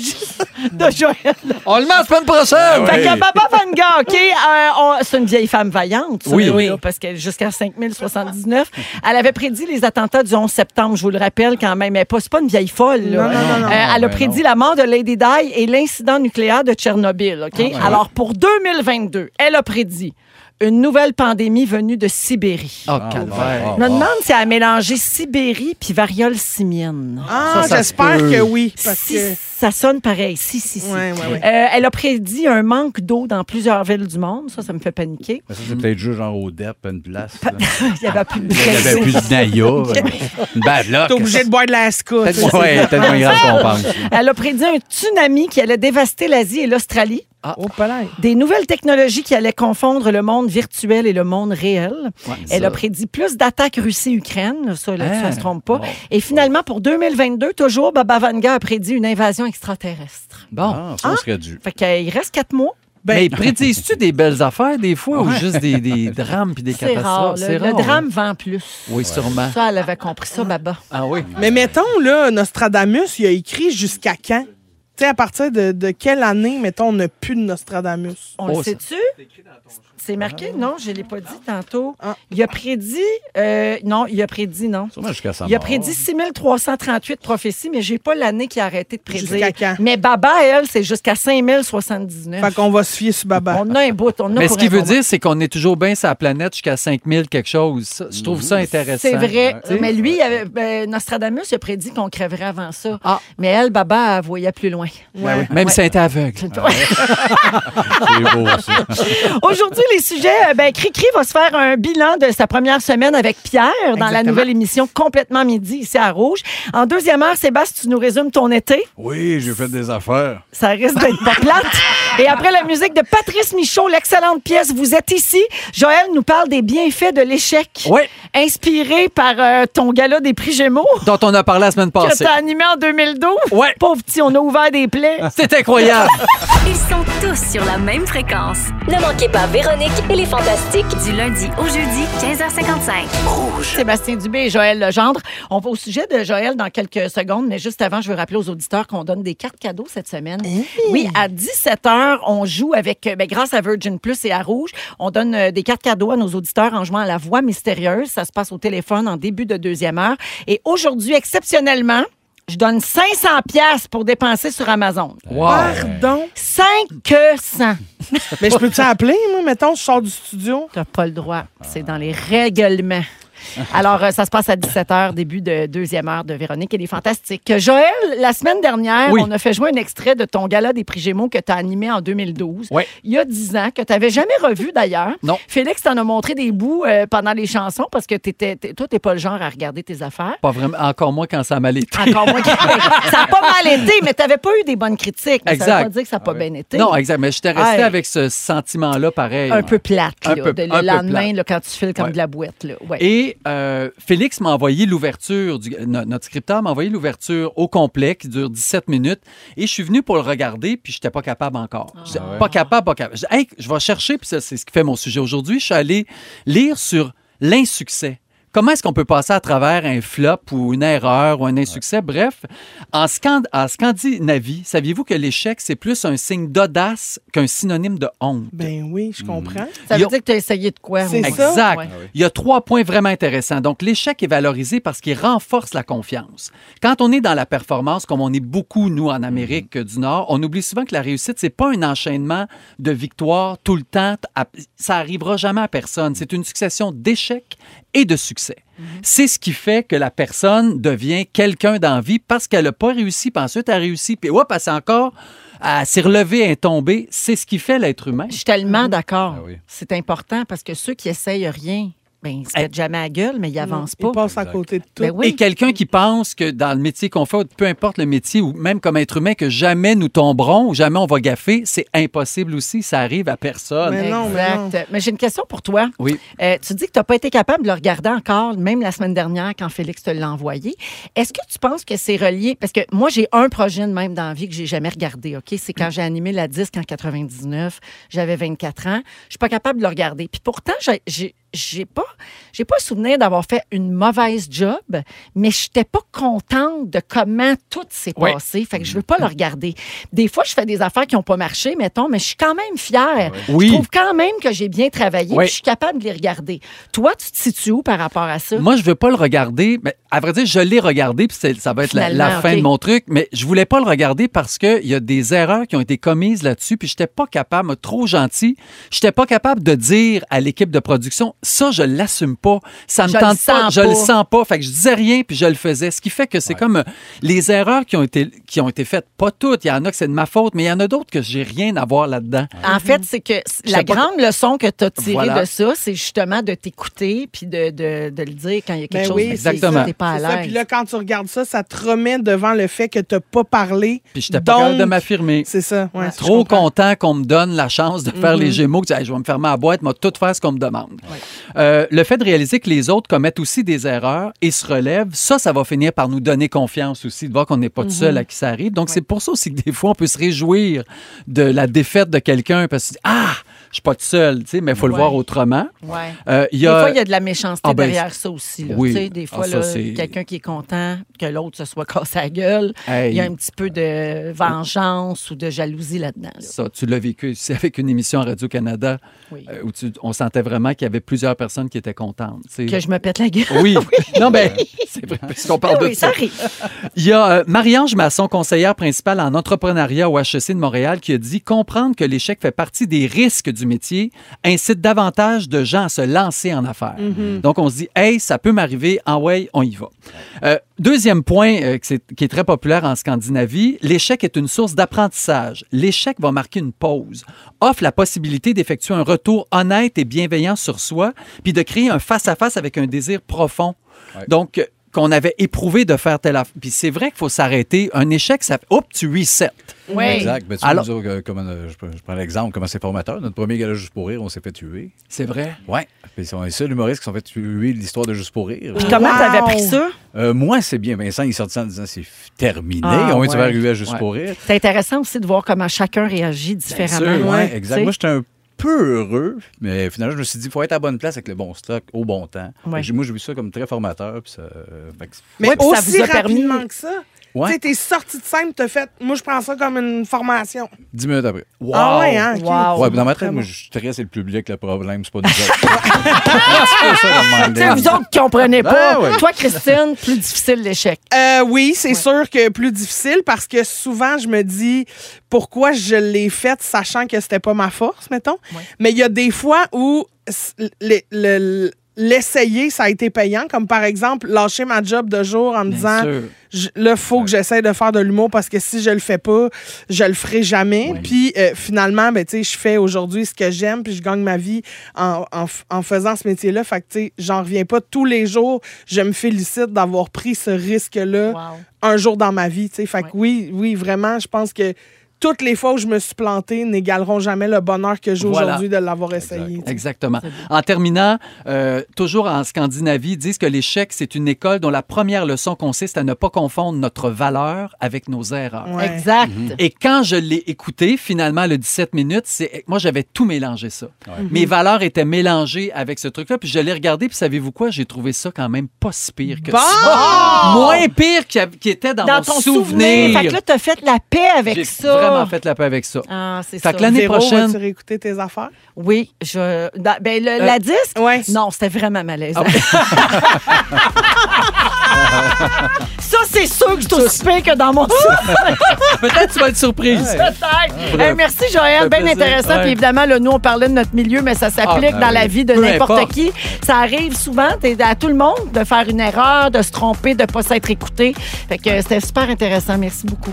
de Joël.
On le met la semaine prochaine.
Fait que Baba Vanga, OK, euh, on- c'est une vieille femme vaillante. ça,
Oui,
là,
oui.
Parce que jusqu'à 5079, elle avait prédit les attentats du 11 septembre, je vous le rappelle quand même. Mais pas, c'est pas une vieille folle. là.
Non, non, non, non.
Euh, elle
Ben
a
non.
prédit la mort de Lady Di et l'incident nucléaire de Tchernobyl.
Ah,
OK? Alors, pour 2022, elle a prédit une nouvelle pandémie venue de Sibérie.
Oh,
Ah,
calvaire.
Je me demande si elle a mélangé Sibérie puis variole simienne.
Ah,
Ça, ça se
j'espère
peut.
que oui. Parce
Si,
que.
ça sonne pareil. Si, si, si.
Ouais, ouais, ouais.
Euh, elle a prédit un manque d'eau dans plusieurs villes du monde. Ça, ça me fait paniquer.
Mais ça, c'est peut-être juste genre au DEP, une place. là.
Il y avait plus de
Il n'y avait plus
bouteilles.
de Naya. Une bavloc.
T'es obligé de boire de l'asca. tu sais.
Ouais, peut-être moins
Ah!
grave qu'on pense.
Elle a prédit un tsunami qui allait dévaster l'Asie et l'Australie.
Oh, palais.
Des nouvelles technologies qui allaient confondre le monde virtuel et le monde réel. Elle a prédit plus d'attaques Russie-Ukraine. Ça, là,
Hein?
ça se trompe pas.
Bon.
Et finalement, pour 2022, toujours, Baba Vanga a prédit une invasion extraterrestre.
Bon.
Ah, ça, on serait dû.
Fait qu'il reste quatre mois.
mais prédises-tu des belles affaires des fois ou
Ouais.
juste des, des drames puis des
C'est rare.
catastrophes?
Le, le
hein?
drame vend plus.
Oui, sûrement.
Ça, elle avait compris ça, Baba.
Ah oui.
Mais mettons, là, Nostradamus, il a écrit jusqu'à quand? Tu sais, à partir de, de quelle année, mettons, on n'a plus de Nostradamus?
On le
Oh, Ah. ça-
sait-tu? C'est marqué? Non, je ne l'ai pas dit tantôt.
Ah.
Il a prédit... euh, non, il a prédit, non.
Sûrement jusqu'à
Ah,
sa
Il a
mort.
prédit 6338 prophéties, mais j'ai pas l'année qui a arrêté de prédire.
Jusqu'à quand?
Mais Baba, elle, c'est jusqu'à 5079.
Fait qu'on va se fier sur Baba.
On a un bout, on a
Mais
pour
ce qu'il veut
information.
dire, c'est qu'on est toujours bien sur la planète jusqu'à 5000 quelque chose. Ça, Je trouve ça intéressant.
Mm.
hein,
C'est vrai.
Tu sais?
Mais lui, il avait- ben, Nostradamus il a prédit qu'on crèverait avant ça.
Ah.
Mais elle, Baba, elle voyait plus loin.
Ouais. Même si elle était aveugle.
C'est beau, ça.
Aujourd'hui, les sujets, euh, ben, Cricri va se faire un bilan de sa première semaine avec Pierre dans la nouvelle émission Complètement Midi ici à Rouge. En deuxième heure, Sébastien, tu nous résumes ton été.
Oui, j'ai fait des affaires.
Ça risque d'être pas plate. Et après la musique de Patrice Michaud, l'excellente pièce Vous êtes ici, Joël nous parle des bienfaits de l'échec.
Oui,
Inspiré par euh, ton gala des prix Gémeaux
dont on a parlé la semaine
que
passée.
t'as animé en 2012.
Ah, Ouais.
Pauvre petit, on a ouvert des plaies.
C'est incroyable.
Ils sont tous sur la même fréquence.
Ne manquez pas Véronique et les Fantastiques.
Du lundi au jeudi, 15h55.
Sébastien Dubé et Joël Legendre. On va au sujet de Joël dans quelques secondes, mais juste avant, je veux rappeler aux auditeurs qu'on donne des cartes cadeaux cette semaine. Oui, à 17h, on joue avec, euh, ben, grâce à Virgin Plus et à Rouge, on donne euh, des cartes cadeaux à nos auditeurs en jouant à la voix mystérieuse. Ça se passe au téléphone en début de deuxième heure. Et aujourd'hui, exceptionnellement, je donne 500 pièces pour dépenser sur Amazon.
Wow.
Pardon?
500.
Mais je peux-tu appeler, moi, mettons, je sors du studio?
T'as pas le droit. C'est dans les règlements. Alors, euh, ça se passe à 17h, début de deuxième heure de Véronique. Elle est fantastique. Joël, la semaine dernière,
Oui.
on a fait jouer un extrait de ton gala des prix Gémeaux que tu as animé en 2012.
Ouais.
Il y a 10 ans, que tu n'avais jamais revu d'ailleurs.
Non.
Félix t'en a montré des bouts euh, pendant les chansons parce que t'étais, t'es- toi, tu pas le genre à regarder tes affaires.
Pas vraiment. Encore moins quand ça a mal été.
Encore moins que- ça a pas mal été, mais tu n'avais pas eu des bonnes critiques. Mais Ça veut
Exact. Ah
pas dire que ça n'a pas bien été.
Non, exact. Mais j'étais resté
Ouais.
avec ce sentiment-là pareil.
Un peu plate,
Un
là,
peu-
de- le
un peu
lendemain,
plate.
là, quand tu files comme
Ouais.
de la boîte. Là. Ouais.
Et euh, Félix m'a envoyé l'ouverture, du- no- notre scripteur m'a envoyé l'ouverture au complet qui dure 17 minutes. Et je suis venu pour le regarder, puis j'étais pas capable encore. J'étais Pas capable, pas capable. Je dis, Hey, je vais chercher, puis ça, c'est ce qui fait mon sujet aujourd'hui. Je suis allé lire sur l'insuccès. Comment est-ce qu'on peut passer à travers un flop ou une erreur ou un insuccès? Bref, en, Scand- en Scandinavie, saviez-vous que l'échec, c'est plus un signe d'audace qu'un synonyme de honte?
Ben oui,
Hmm.
je comprends.
Ça veut
Ils ont-
dire que tu as essayé de quoi?
C'est
ouais.
ça.
Exact.
Ouais.
Il y a trois points vraiment intéressants. Donc, l'échec est valorisé parce qu'il renforce la confiance. Quand on est dans la performance, comme on est beaucoup, nous, en Amérique euh, du Nord, on oublie souvent que la réussite, c'est pas un enchaînement de victoires tout le temps. à- Ça arrivera jamais à personne. C'est une succession d'échecs et de succès. C'est ce qui fait que la personne devient quelqu'un d'envie parce qu'elle n'a pas réussi, puis ensuite elle a réussi, puis hop, elle s'est encore, elle s'est relevée, elle est tombée. C'est ce qui fait l'être humain.
Je suis tellement d'accord.
Ah oui.
C'est important parce que ceux qui essayent rien, ben, ils se mettent jamais à la gueule, mais ils avancent
Il
pas.
passe à côté de tout.
Ben oui.
Et quelqu'un qui pense que dans le métier qu'on fait, peu importe le métier ou même comme être humain, que jamais nous tomberons, jamais on va gaffer, c'est impossible aussi, ça arrive à personne.
Mais non, mais non.
exact. Mais, j'ai une question pour toi.
Oui.
Euh, tu dis que tu n'as pas été capable de le regarder encore, même la semaine dernière quand Félix te l'a envoyé. Est-ce que tu penses que c'est relié? Parce que moi, j'ai un projet de même dans la vie que j'ai jamais regardé, OK? C'est quand j'ai animé la disque en 99, j'avais 24 ans. Je suis pas capable de le regarder. Puis pourtant, j'ai- j'ai j'ai pas j'ai pas souvenir d'avoir fait une mauvaise job, mais j'étais pas contente de comment tout s'est
Ouais.
passé. Fait que je veux pas le regarder. Des fois, je fais des affaires qui ont pas marché, mettons, mais je suis quand même fière.
Oui.
Je trouve quand même que j'ai bien travaillé,
Ouais.
puis je suis capable de les regarder. Toi, tu te situes où par rapport à ça?
Moi, je veux pas le regarder. Mais à vrai dire, je l'ai regardé, puis c'est- ça va être la, la
Finalement,
fin
OK.
de mon truc. Mais je voulais pas le regarder parce qu'il y a des erreurs qui ont été commises là-dessus, puis j'étais pas capable, moi, trop gentil. J'étais pas capable de dire à l'équipe de production, ça, je l'assume pas. Ça me
Je le
tente pas,
sens
je le
pas.
sens pas. Fait que je disais rien, puis je le faisais. Ce qui fait que c'est comme euh, les erreurs qui ont, été, qui ont été faites, pas toutes. Il y en a que c'est de ma faute, mais il y en a d'autres que j'ai rien à voir là-dedans.
En fait, c'est que c-
Je
la
sais pas
grande leçon que tu as tirée
Voilà.
de ça, c'est justement de t'écouter puis de, de- de le dire quand il y a quelque
Ben
chose
oui,
qui-
c'est
exactement.
que t'es pas à
C'est ça,
l'aise.
Puis là, quand tu regardes ça, ça te remet devant le fait que t'as pas parlé.
Puis j'étais pas capable de
Donc,
m'affirmer.
C'est ça. ouais, je
trop
comprends.
content qu'on me donne la chance de faire
Mm-hmm.
les Gémeaux, que je dis, Hey, je vais me fermer à la boîte, moi, tout faire ce qu'on me demande. Euh, le fait de réaliser que les autres commettent aussi des erreurs et se relèvent, ça, ça va finir par nous donner confiance aussi, de voir qu'on n'est pas tout
Mm-hmm.
seul à qui ça arrive. Donc, c'est pour ça aussi que des fois, on peut se réjouir de la défaite de quelqu'un parce que, ah, je suis pas tout seul, tu sais, mais il faut le
Ouais.
voir autrement.
Ouais.
Euh, il y
Des
a-
fois, il y a de la méchanceté
Ah ben,
derrière ça aussi. là.
oui.
Tu sais, des fois,
Ah, ça,
là,
c'est-
quelqu'un qui est content que l'autre se soit cassé la gueule,
Hey.
il y a un petit peu de vengeance ou de jalousie là-dedans. là.
Ça, tu l'as vécu aussi avec une émission à Radio-Canada
Oui.
euh, où tu- on sentait vraiment qu'il y avait plusieurs personnes qui étaient contentes. tu sais.
Que je me pète la gueule.
Oui. Non, mais c'est vrai, parce qu'on parle
oui,
de
ça
ça.
arrive.
Il y a euh, Marie-Ange Masson, conseillère principale en entrepreneuriat au HEC de Montréal, qui a dit comprendre que l'échec fait partie des risques du métier incite davantage de gens à se lancer en affaires. Donc, on se dit, hey, ça peut m'arriver, en way, on y va. Euh, deuxième point euh, que c'est- qui est très populaire en Scandinavie, l'échec est une source d'apprentissage. L'échec va marquer une pause, offre la possibilité d'effectuer un retour honnête et bienveillant sur soi, puis de créer un face-à-face avec un désir profond. Donc, euh, qu'on avait éprouvé de faire telle affaire. Puis c'est vrai qu'il faut s'arrêter. Un échec, ça fait, oups, tu reset.
Oui.
Exact. Mais tu peux
Alors-
me dire, que, comment, euh, je, peux- je prends l'exemple, comment c'est formateur. Notre premier gala Juste pour rire, on s'est fait tuer.
C'est vrai.
Ouais. Puis c'est les seuls humoristes qui se sont fait tuer de l'histoire de Juste pour rire.
Puis comment
Wow.
t'avais pris ça?
Euh, moi, c'est bien. Vincent, il est sorti en disant c'est f- terminé.
Ah,
on est
ouais.
arrivé à Juste
Ouais.
pour rire.
C'est intéressant aussi de voir comment chacun réagit différemment.
Sûr, ouais,
Tu
exact.
sais.
Moi, j'étais un peu heureux, mais finalement, je me suis dit, il faut être à la bonne place avec le bon stock au bon temps.
Ouais.
Fait que Moi, j'ai vu ça comme très formateur. puis ça, euh, fait que-
Mais
Ouais, puis ça
aussi
vous a permis-
rapidement que ça.
Ouais.
Tu sais, t'es sorti de scène, t'as fait. Moi, je prends ça comme une formation.
Dix minutes après. Wow!
Ah ouais, hein? ok.
Wow.
Ouais, mais dans ma tête, moi, je suis très, c'est le public le problème, c'est pas nous autres. C'est ça, le
Tu sais,
mindset.
vous autres qui comprenez pas.
Ben ouais.
Toi, Christine, plus difficile l'échec.
Euh, oui, c'est sûr que plus difficile parce que souvent je me dis pourquoi je l'ai faite sachant que c'était pas ma force, mettons. Mais il y a des fois où s- le- le- l'essayer, ça a été payant. Comme par exemple, lâcher ma job de jour en me disant,
sûr.
je- là, faut que j'essaie de faire de l'humour parce que si je le fais pas, je le ferai jamais. Puis euh, finalement, ben, tu sais, je fais aujourd'hui ce que j'aime, puis je gagne ma vie en, en f- en faisant ce métier-là. Fait que, tu sais, j'en reviens pas. Tous les jours, je me félicite d'avoir pris ce risque-là un jour dans ma vie. tu sais. Fait que oui, oui, vraiment, je pense que toutes les fois où je me suis plantée n'égaleront jamais le bonheur que j'ai
Voilà.
aujourd'hui de l'avoir essayé.
Exactement. En terminant, euh, toujours en Scandinavie, ils disent que l'échec, c'est une école dont la première leçon consiste à ne pas confondre notre valeur avec nos erreurs.
Ouais. Exact.
Mhm. Et quand je l'ai écouté, finalement, le 17 minutes, c'est moi, j'avais tout mélangé ça.
Ouais.
Mhm.
Mes valeurs étaient mélangées avec ce truc-là. Puis je l'ai regardé, puis savez-vous quoi? J'ai trouvé ça quand même pas si pire que
Bon!
ça. Moins pire qu'il y a- qu'il était dans, mon
ton souvenir. Fait que là, t'as fait la paix avec
J'ai
ça.
vraiment fait la paix avec ça.
Ah, c'est
Fait
ça.
que l'année
Véro,
prochaine,
vas-tu réécouter tes affaires?
Oui, je. da- Ben, le-
Euh,
la disque? Non, c'était vraiment malaisant.
Ah,
ça, c'est sûr que je suis aussi pire que dans mon souvenir.
peut-être tu vas être surprise.
Peut-être.
Ah, Ouais.
Hey, merci, Joël.
Mm. Ça
Bien
fait plaisir.
intéressant.
Ouais.
Puis évidemment, là, nous, on parlait de notre milieu, mais ça s'applique
Ah, ben
dans
oui.
la vie de
Peu
n'importe
importe.
qui. Ça arrive souvent t'es- à tout le monde de faire une erreur, de se tromper, de ne pas s'être écouté. Fait que euh, c'était super intéressant. Merci beaucoup.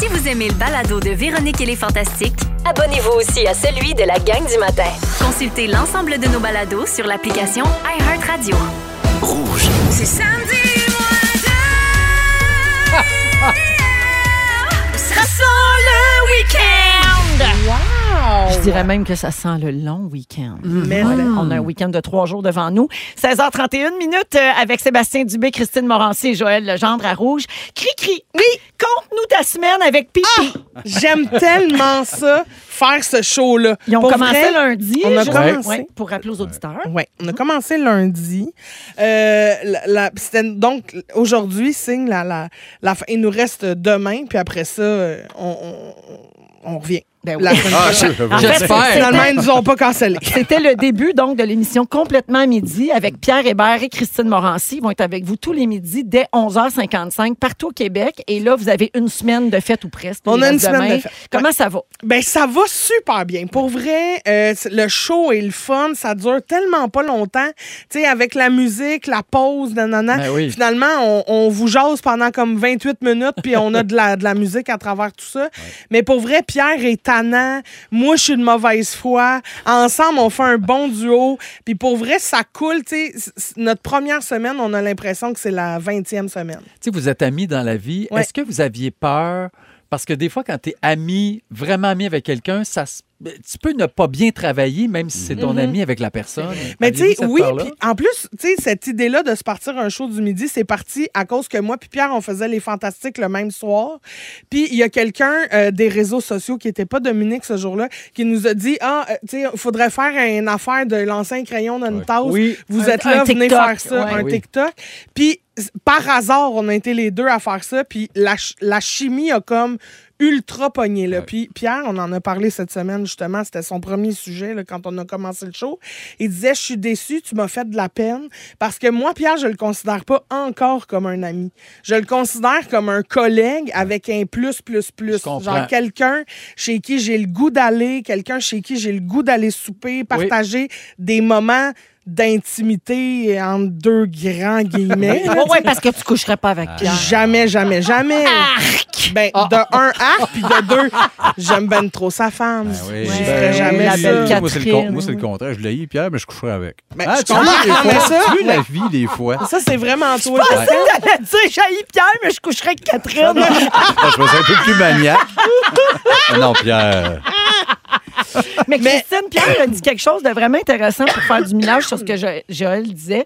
Si vous aimez le balado de Véronique et les Fantastiques,
Abonnez-vous aussi à celui de la gang du matin.
consultez l'ensemble de nos balados sur l'application iHeartRadio. Rouge. C'est samedi,
Ça sent le week-end! Wow!
Je dirais même que ça sent le long week-end.
Mais-
Ouais, On a un week-end de trois jours devant nous. 16h31 minutes euh, avec Sébastien Dubé, Christine Morancy et Joël Legendre à Rouge. Cri-cri. Oui. Ah! Compte-nous ta semaine avec Pipi.
J'aime tellement ça, faire ce show-là.
Ils ont
Pour
commencé
vrai,
lundi.
On a
juste-
commencé.
Ouais, pour rappeler aux auditeurs.
Oui, on a commencé lundi. Euh, la- la- c'était- donc, aujourd'hui, signe la, la, la fin. Il nous reste demain, puis après ça, euh, on, on, on revient.
Ben oui.
La semaine
Ah,
prochaine.
je- En fait, j'espère. c'était-
Finalement, ils nous ont pas cancellé.
C'était le début donc de l'émission Complètement à midi avec Pierre Hébert et Christine Morancy. Ils vont être avec vous tous les midis dès 11h55 partout au Québec. Et là, vous avez une semaine de fête ou presque.
On
Il
a une
reste
semaine
demain.
de fête. Ouais.
Comment ça va?
Ben ça va super bien. Pour vrai, euh, c- le show et le fun, ça dure tellement pas longtemps. Tu sais, avec la musique, la pause, nanana.
Ben oui.
Finalement, on, on vous jase pendant comme 28 minutes, puis on a de la, de la musique à travers tout ça. Mais pour vrai, Pierre est tannant. Moi, je suis de mauvaise foi. Ensemble, on fait un bon duo. Puis pour vrai, ça coule. Tu sais, c- c- notre première semaine, on a l'impression que c'est la 20e semaine.
Tu sais, vous êtes amis dans la vie.
Ouais.
Est-ce que vous aviez peur? Parce que des fois, quand tu es ami, vraiment ami avec quelqu'un, ça se- tu peux ne pas bien travailler, même si c'est ton
Mhm.
ami avec la personne.
Mais tu
Aviez-vous
sais,
cette
oui,
peur-là?
puis en plus, tu sais, cette idée-là de se partir un show du midi, c'est parti à cause que moi puis Pierre, on faisait les Fantastiques le même soir. Puis il y a quelqu'un euh, des réseaux sociaux qui n'était pas Dominique ce jour-là, qui nous a dit, ah, euh, tu sais, il faudrait faire une affaire de lancer un crayon dans une tasse.
Oui.
Vous
Un-
êtes
un
là, venez
TikTok,
faire ça,
ouais.
un
Oui.
TikTok. Puis s- par hasard, on a été les deux à faire ça, puis la, ch- la chimie a comme ultra pogné là. Puis Pierre, on en a parlé cette semaine justement, c'était son premier sujet là, quand on a commencé le show. Il disait je suis déçu, tu m'as fait de la peine parce que moi Pierre, je le considère pas encore comme un ami. Je le considère comme un collègue avec un plus plus plus,
comprends.
genre quelqu'un chez qui j'ai le goût d'aller, quelqu'un chez qui j'ai le goût d'aller souper, partager des moments d'intimité entre deux grands guillemets. là,
Oui, Ah ouais, parce que tu coucherais pas
Ah.
avec Pierre.
Jamais, jamais, jamais. Ben, de un arc, puis de deux, j'aime ben trop sa femme.
Oui.
J'y ferais
Ben,
jamais
la
ça.
belle Moi, c'est le, con- moi, c'est le contraire. Je l'ai eu, Pierre, mais je coucherai avec.
Ben,
Ah,
je
tu vois,
comprends,
des
mais
fois,
ça-
tu veux la vie, des fois.
Ça, c'est vraiment toi.
pensais
Ouais.
que t'allais dire j'haïs Pierre, mais je coucherais avec Catherine.
Ah, je me sens un peu plus maniaque. Ah non, Pierre.
mais Christine, Pierre a dit quelque chose de vraiment intéressant pour faire du millage sur ce que Jo- Joël disait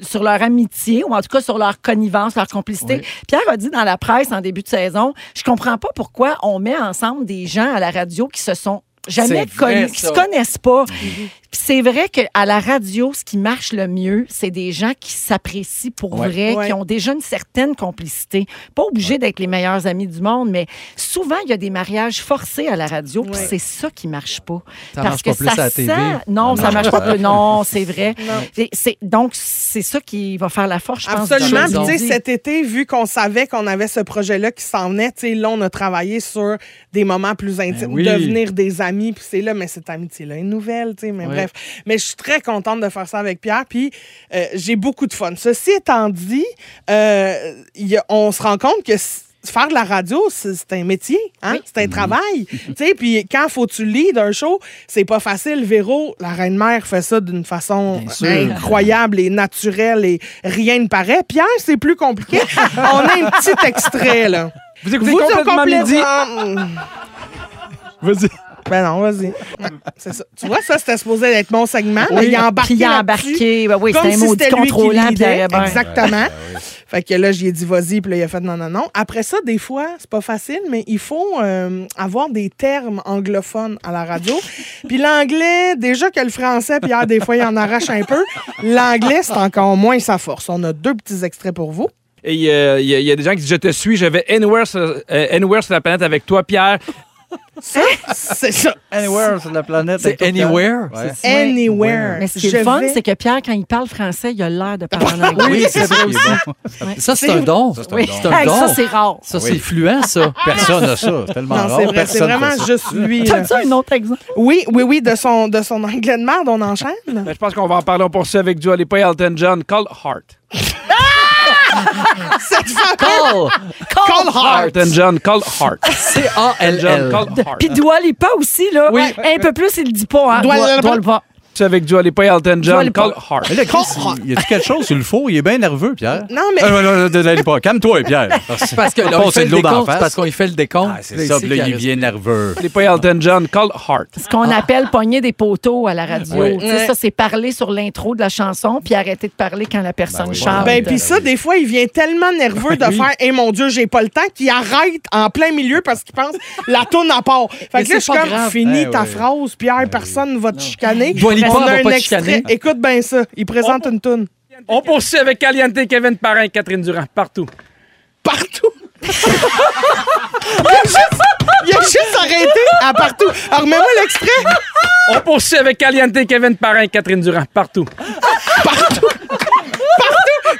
sur leur amitié ou en tout cas sur leur connivence, leur complicité. Pierre a dit dans la presse en début de saison, je comprends pas pourquoi on met ensemble des gens à la radio qui se sont jamais
C'est vrai,
connus, qui se
ça. Mm-hmm.
connaissent pas. Puis C'est vrai qu'à la radio, ce qui marche le mieux, c'est des gens qui s'apprécient pour
Ouais.
vrai,
Ouais.
qui ont déjà une certaine complicité. Pas obligé d'être les meilleurs amis du monde, mais souvent, il y a des mariages forcés à la radio, puis
Ouais.
c'est ça qui marche pas.
Ça marche pas plus à la Ah, TV.
Non,
Ça
ça
marche
marche pas
pas.
plus. Non, c'est vrai. C'est- c'est- Donc, c'est ça qui va faire la force, je pense.
Absolument. Puis,
de
tu sais,
l'aujourd'hui.
cet été, vu qu'on savait qu'on avait ce projet-là qui s'en venait, tu sais, là, on a travaillé sur des moments plus intimes,
oui.
devenir des amis, amis, puis c'est là, mais cette amitié-là est nouvelle, tu sais, mais
Ouais.
bref. Mais je suis très contente de faire ça avec Pierre, puis euh, j'ai beaucoup de fun. Ceci étant dit, euh, il y a- on se rend compte que s- faire de la radio, c'est c'est un métier, hein? c'est un travail. tu sais, puis quand faut que tu lis d'un show, c'est pas facile. Véro, la reine-mère, fait ça d'une façon
sûr.
incroyable et naturelle et rien ne paraît. Pierre, c'est plus compliqué. on a un petit extrait, là.
Vous écoutez complètement midi.
Vas-y. Ben non, vas-y. C'est ça. Tu vois, ça, c'était supposé être mon segment,
Oui.
mais il a embarqué.
Puis il a
là-dessus,
embarqué. Ben oui,
comme
c'était un
si
maudit
lui qui
contrôlant,
leadait.
Pierre Hébert.
Exactement. Fait que là, j'y ai dit vas-y, puis là, il a fait non, non, non. Après ça, des fois, c'est pas facile, mais il faut euh, avoir des termes anglophones à la radio. puis l'anglais, déjà que le français, puis ah, des fois, il en arrache un peu. L'anglais, c'est encore moins sa force. On a deux petits extraits pour vous.
Et il y, a- il y a- il y a des gens qui disent Je te suis, je vais anywhere sur, euh, anywhere sur la planète avec toi, Pierre.
Ça, c'est ça.
Anywhere sur la planète.
C'est
avec toi,
anywhere?
Pierre. Ouais.
Anywhere.
Mais ce qui est
Je
le fun,
vais-
c'est que Pierre, quand il parle français, il a l'air de parler en anglais.
Oui, c'est vrai aussi. Ça, c'est un don.
Ça, c'est un
Oui.
don.
C'est un
Hey,
don.
ça, c'est rare.
Ça,
Oui.
c'est fluent, ça.
Personne n'a ça. C'est tellement
Non,
rare.
c'est vrai, c'est
Personne
vraiment
fait ça.
juste lui. là.
T'as-tu
un autre exemple?
Oui, oui, oui, de son, de son anglais de merde, on enchaîne.
Ben, je pense qu'on va en parler. On poursuit avec du Allez pas Elton John. Call Heart.
Cette femme-
Call.
Call Heart.
Elton John, Call Heart.
C-A-L-L.
John, Call Heart.
Puis Dua Lipa aussi, là. Un peu plus, il le dit pas. Hein. Dua- Dua Lipa.
C'est avec du Allez pas Elton
Dua
John.
Lipa.
Call Heart.
Mais là, Chris,
Ah.
il y a quelque chose sur le four? Il est bien nerveux, Pierre.
Non, mais-
Ah, Non, non, non, non, pas. Calme-toi, Pierre.
Parce que là, on fait le décompte, parce qu'on lui fait le décompte.
Ah, C'est ça, puis là, il est bien nerveux.
Allez pas Elton John. Call Heart.
Ce qu'on appelle pogner des poteaux à la radio.
Oui.
Tu sais,
Ouais.
Ça, c'est parler sur l'intro de la chanson puis arrêter de parler quand la personne chante.
Ben, puis ça, des fois, il vient tellement nerveux de
Oui.
faire Eh mon Dieu, j'ai pas le temps, qu'il arrête en plein milieu parce qu'il pense la tourne à part. Fait
Mais
que là,
c'est
je suis
pas
comme
grave.
Finis
Eh
ta
oui.
phrase, Pierre, personne ne va te chicaner.
Dua Lipa
On a
va
un
pas te
extrait.
chicaner.
Écoute bien ça. Il présente une toune.
On poursuit avec Caliente, Kevin Parrain, Catherine Durand. Partout.
Il a juste, il a juste arrêté à partout. Alors, remets-moi l'extrait.
On poursuit avec Caliente, Kevin Parrain, Catherine Durand. Partout.
Partout. Partout.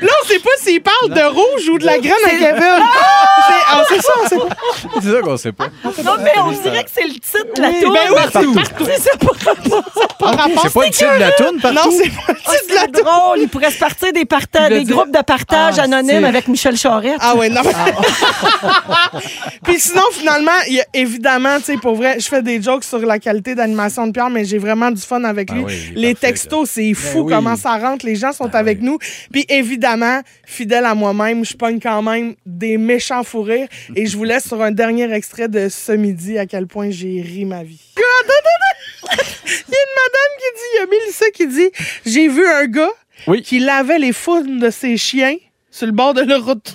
Là, on sait pas s'il parle de rouge ou de la graine à Kevin. C'est ah, c'est ça, on sait pas.
C'est ça qu'on sait pas.
Non, mais on dirait que c'est le titre de la
Oui,
tour.
ben oui, Partout.
C'est pas rapport. ça a
Ok,
rapport.
c'est pas le titre de la toune, partout? Non, c'est pas le
Ah, c'est drôle. Il pourrait se partir des, partages,
Il a
des
dit-
groupes de partage
Ah,
anonymes
c'est-
avec Michel Charette.
Ah ouais, non. Ah. Puis sinon, finalement, il y a- évidemment, tu sais, pour vrai, je fais des jokes sur la qualité d'animation de Pierre, mais j'ai vraiment du fun avec lui. les textos, c'est fou
oui.
comment ça rentre. Les gens sont avec nous. Puis évidemment, fidèle à moi-même, je pogne quand même des méchants fous rires. Et je vous laisse sur un dernier extrait de ce midi à quel point j'ai ri ma vie. God, attends, attends, attends. Il y a une madame qui dit, il y a Mélissa qui dit, j'ai vu un gars qui lavait les foules de ses chiens sur le bord de la route.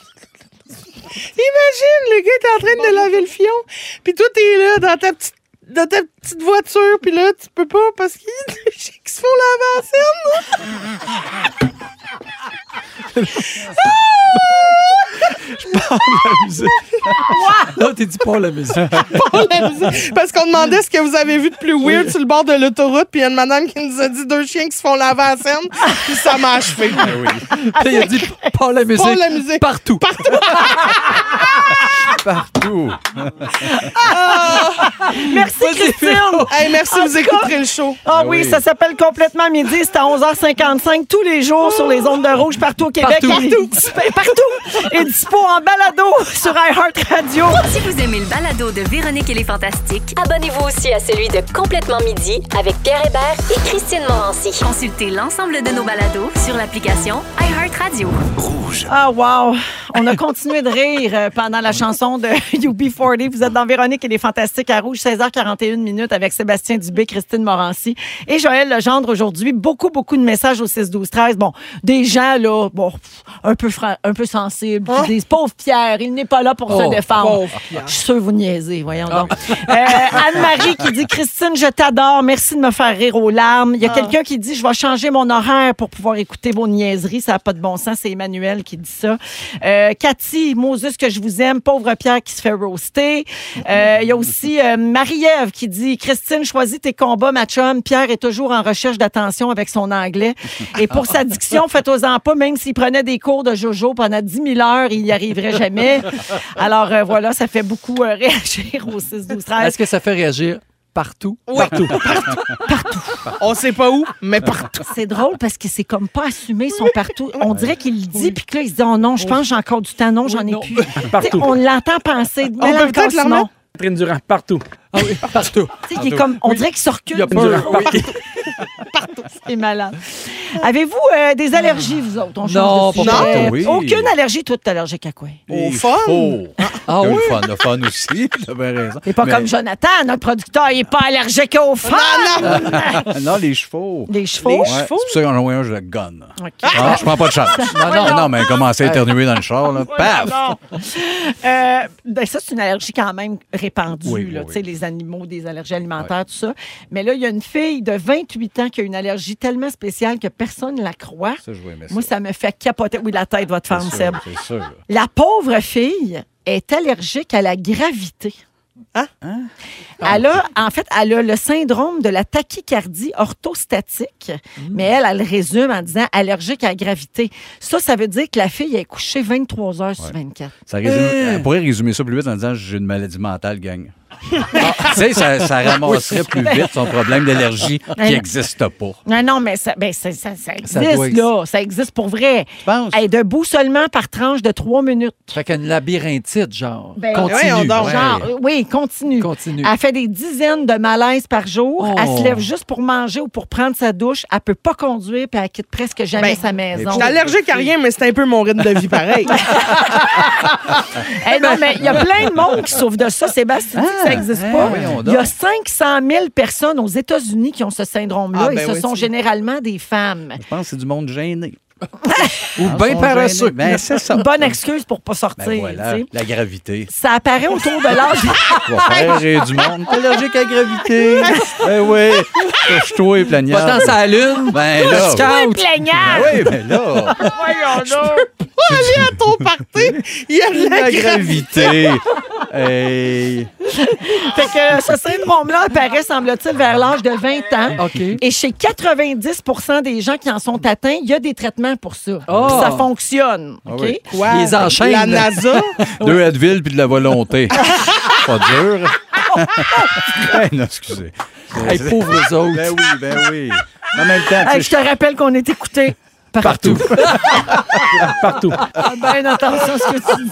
Imagine, le gars est en train de laver le fion, puis toi, t'es là dans ta petite dans ta petite voiture, puis là, tu peux pas parce qu'il y a des chiens qui se font laver la scène.
Pas la musique. Là, t'es dit pas la musique.
Pour la musique. Parce qu'on demandait ce que vous avez vu de plus weird sur le bord de l'autoroute, puis il y a une madame qui nous a dit deux chiens qui se font laver la scène, puis ça m'a achevé.
Puis il a dit pas la musique.
Pour la musique.
Partout.
Partout.
Merci, Christine.
Hey, merci, vous écouterez le show.
Ah
Ben
oui,
oui.
ça s'appelle Complètement Midi. C'est à 11h55 tous les jours sur les ondes de rouge partout au Québec.
Partout.
Il est dispo- Partout. Et dispo en balado sur iHeartRadio.
Si vous aimez le balado de Véronique et les Fantastiques,
Abonnez-vous aussi à celui de Complètement Midi avec Pierre Hébert et Christine Morancy.
consultez l'ensemble de nos balados sur l'application iHeartRadio.
Ah, wow! On a continué de rire euh, pendant la chanson de UB40. Vous êtes dans Véronique et les Fantastiques à Rouge, 16h41 minutes avec Sébastien Dubé, Christine Morancy et Joël Legendre aujourd'hui. Beaucoup, beaucoup de messages au 6-12-13. Bon, des gens, là, bon, pff, un peu, fra- un peu sensibles,
Hein?
qui disent Pauvre Pierre, il n'est pas là pour se
Oh,
Pauvre,
défendre.
pauvre Pierre. Ah.
Ah, Je suis sûre que vous niaisez, voyons donc. Euh, Anne-Marie qui dit Christine, je t'adore, merci de me faire rire aux larmes. Il y a
Ah.
quelqu'un qui dit Je vais changer mon horaire pour pouvoir écouter vos niaiseries. Ça n'a pas de bon sens. C'est Emmanuel qui dit ça. Euh, Cathy, Moses, que je vous aime. Pauvre Pierre qui se fait roaster. Euh, Il y a aussi euh, Marie-Ève qui dit Christine, choisis tes combats, ma chum. Pierre est toujours en recherche d'attention avec son anglais. Et pour sa diction, faites-en pas, même s'il prenait des cours de Jojo pendant 10 000 heures, il n'y arriverait jamais. Alors euh, voilà, ça fait beaucoup euh, réagir au 6-12-13.
Est-ce que ça fait réagir partout.
Oui.
Partout.
On sait pas où, mais partout.
C'est drôle parce que c'est comme pas assumé, ils sont partout. On dirait qu'il le dit, puis que là, il se dit, oh non, je pense que j'ai encore du temps, non, j'en ai plus. Tu sais, On l'entend penser.
On peut
Mélenchon
peut-être le
Simon.
remettre. Catherine Durand, partout.
partout.
Tu sais, il est comme, on dirait qu'il se recule.
Il y a
Durand,
peur.
partout. Partout, c'est malade. Avez-vous euh, des allergies, vous autres? On change
Non,
de sujet.
pas partout, oui.
Aucune allergie, toi, t'es allergique à quoi?
Il faut.
Ah
Il y a eu
oui?
le fun, le fun aussi, t'as bien raison.
C'est pas
Mais-
comme Jonathan, notre producteur, il est pas allergique au fun!
non, les chevaux.
Les chevaux?
Ouais,
Les chevaux?
C'est pour ça qu'on a un, je le gonne.
Ok.
Ah, je prends pas de chance.
Non, non.
non, mais commencer à éternuer dans le char, là.
Voyons
Paf!
donc. Euh, ben ça, c'est une allergie quand même répandue.
Oui,
là,
oui,
tu sais, Les animaux, des allergies alimentaires, tout ça. Mais là, il y a une fille de 28 ans qui a une allergie tellement spéciale que personne ne la croit.
Ça, je vais aimer ça.
Moi, ça me fait capoter. Oui, la tête va te faire,
C'est sûr,
Seb.
C'est sûr.
La pauvre fille est allergique à la gravité. Hein? Elle a, en fait, elle a le syndrome de la tachycardie orthostatique,
Mmh.
mais elle, elle résume en disant allergique à la gravité. Ça, ça veut dire que la fille est couchée 23 heures sur 24.
Ça résume- Elle pourrait résumer ça plus vite en disant j'ai une maladie mentale, gang. tu sais, ça, ça ramasserait plus vite son problème d'allergie qui n'existe pas.
Non, non, mais ça, ben, ça, ça- ça existe,
Ça doit exister.
là. Ça existe pour vrai.
Je pense.
Elle est debout seulement par tranche de trois minutes.
Fait qu'une labyrinthite, genre.
Ben,
continue.
Genre, euh, oui, continue.
Continue.
Elle fait des dizaines de malaises par jour.
Oh.
Elle se lève juste pour manger ou pour prendre sa douche. Elle peut pas conduire puis elle quitte presque jamais
Ben,
sa maison.
Je suis allergique à rien, mais c'est un peu mon rythme de vie pareil.
Eh non, mais il y a plein de monde qui souffre de ça. Sébastien, tu dis que ça n'existe
hein,
pas.
voyons
Il
donc.
y a 500 000 personnes aux États-Unis qui ont ce syndrome-là
Ah, ben
et ce
oui,
sont
tu-
généralement des femmes.
Je pense que c'est du monde gêné. Ou
ben paresseux.
Ben, c'est ça.
Une bonne excuse pour pas sortir.
Ben voilà,
tu sais.
la gravité.
Ça apparaît autour de
Tu vas faire
l'âge.
rire du monde. T'es allergique à la gravité. ben oui. Touche-toi et plaignard.
Va-t'en sur la lune.
Ben là.
Touche-toi
oui.
et
plaignard.
Ben oui, ben là.
Voyons donc. Je peux pas aller à ton party. Il y a de la,
La
gravité.
gravité. Hey.
Fait que ce syndrome-là apparaît, semble-t-il, vers l'âge de 20 ans.
OK.
Et chez 90 des gens qui en sont atteints, il y a des traitements pour ça.
Oh.
Puis Ça fonctionne.
Ah
OK?
oui.
Quoi?
Ils enchaînent.
La NASA.
Deux Advil puis de la volonté. pas dur. ben non, excusez.
Hey, pauvres eux autres.
Ben oui, ben oui. En même temps,
Hey,
tu
je
sais,
te rappelle qu'on est écoutés. Partout.
Partout.
Ah ben attention à ce que tu dis.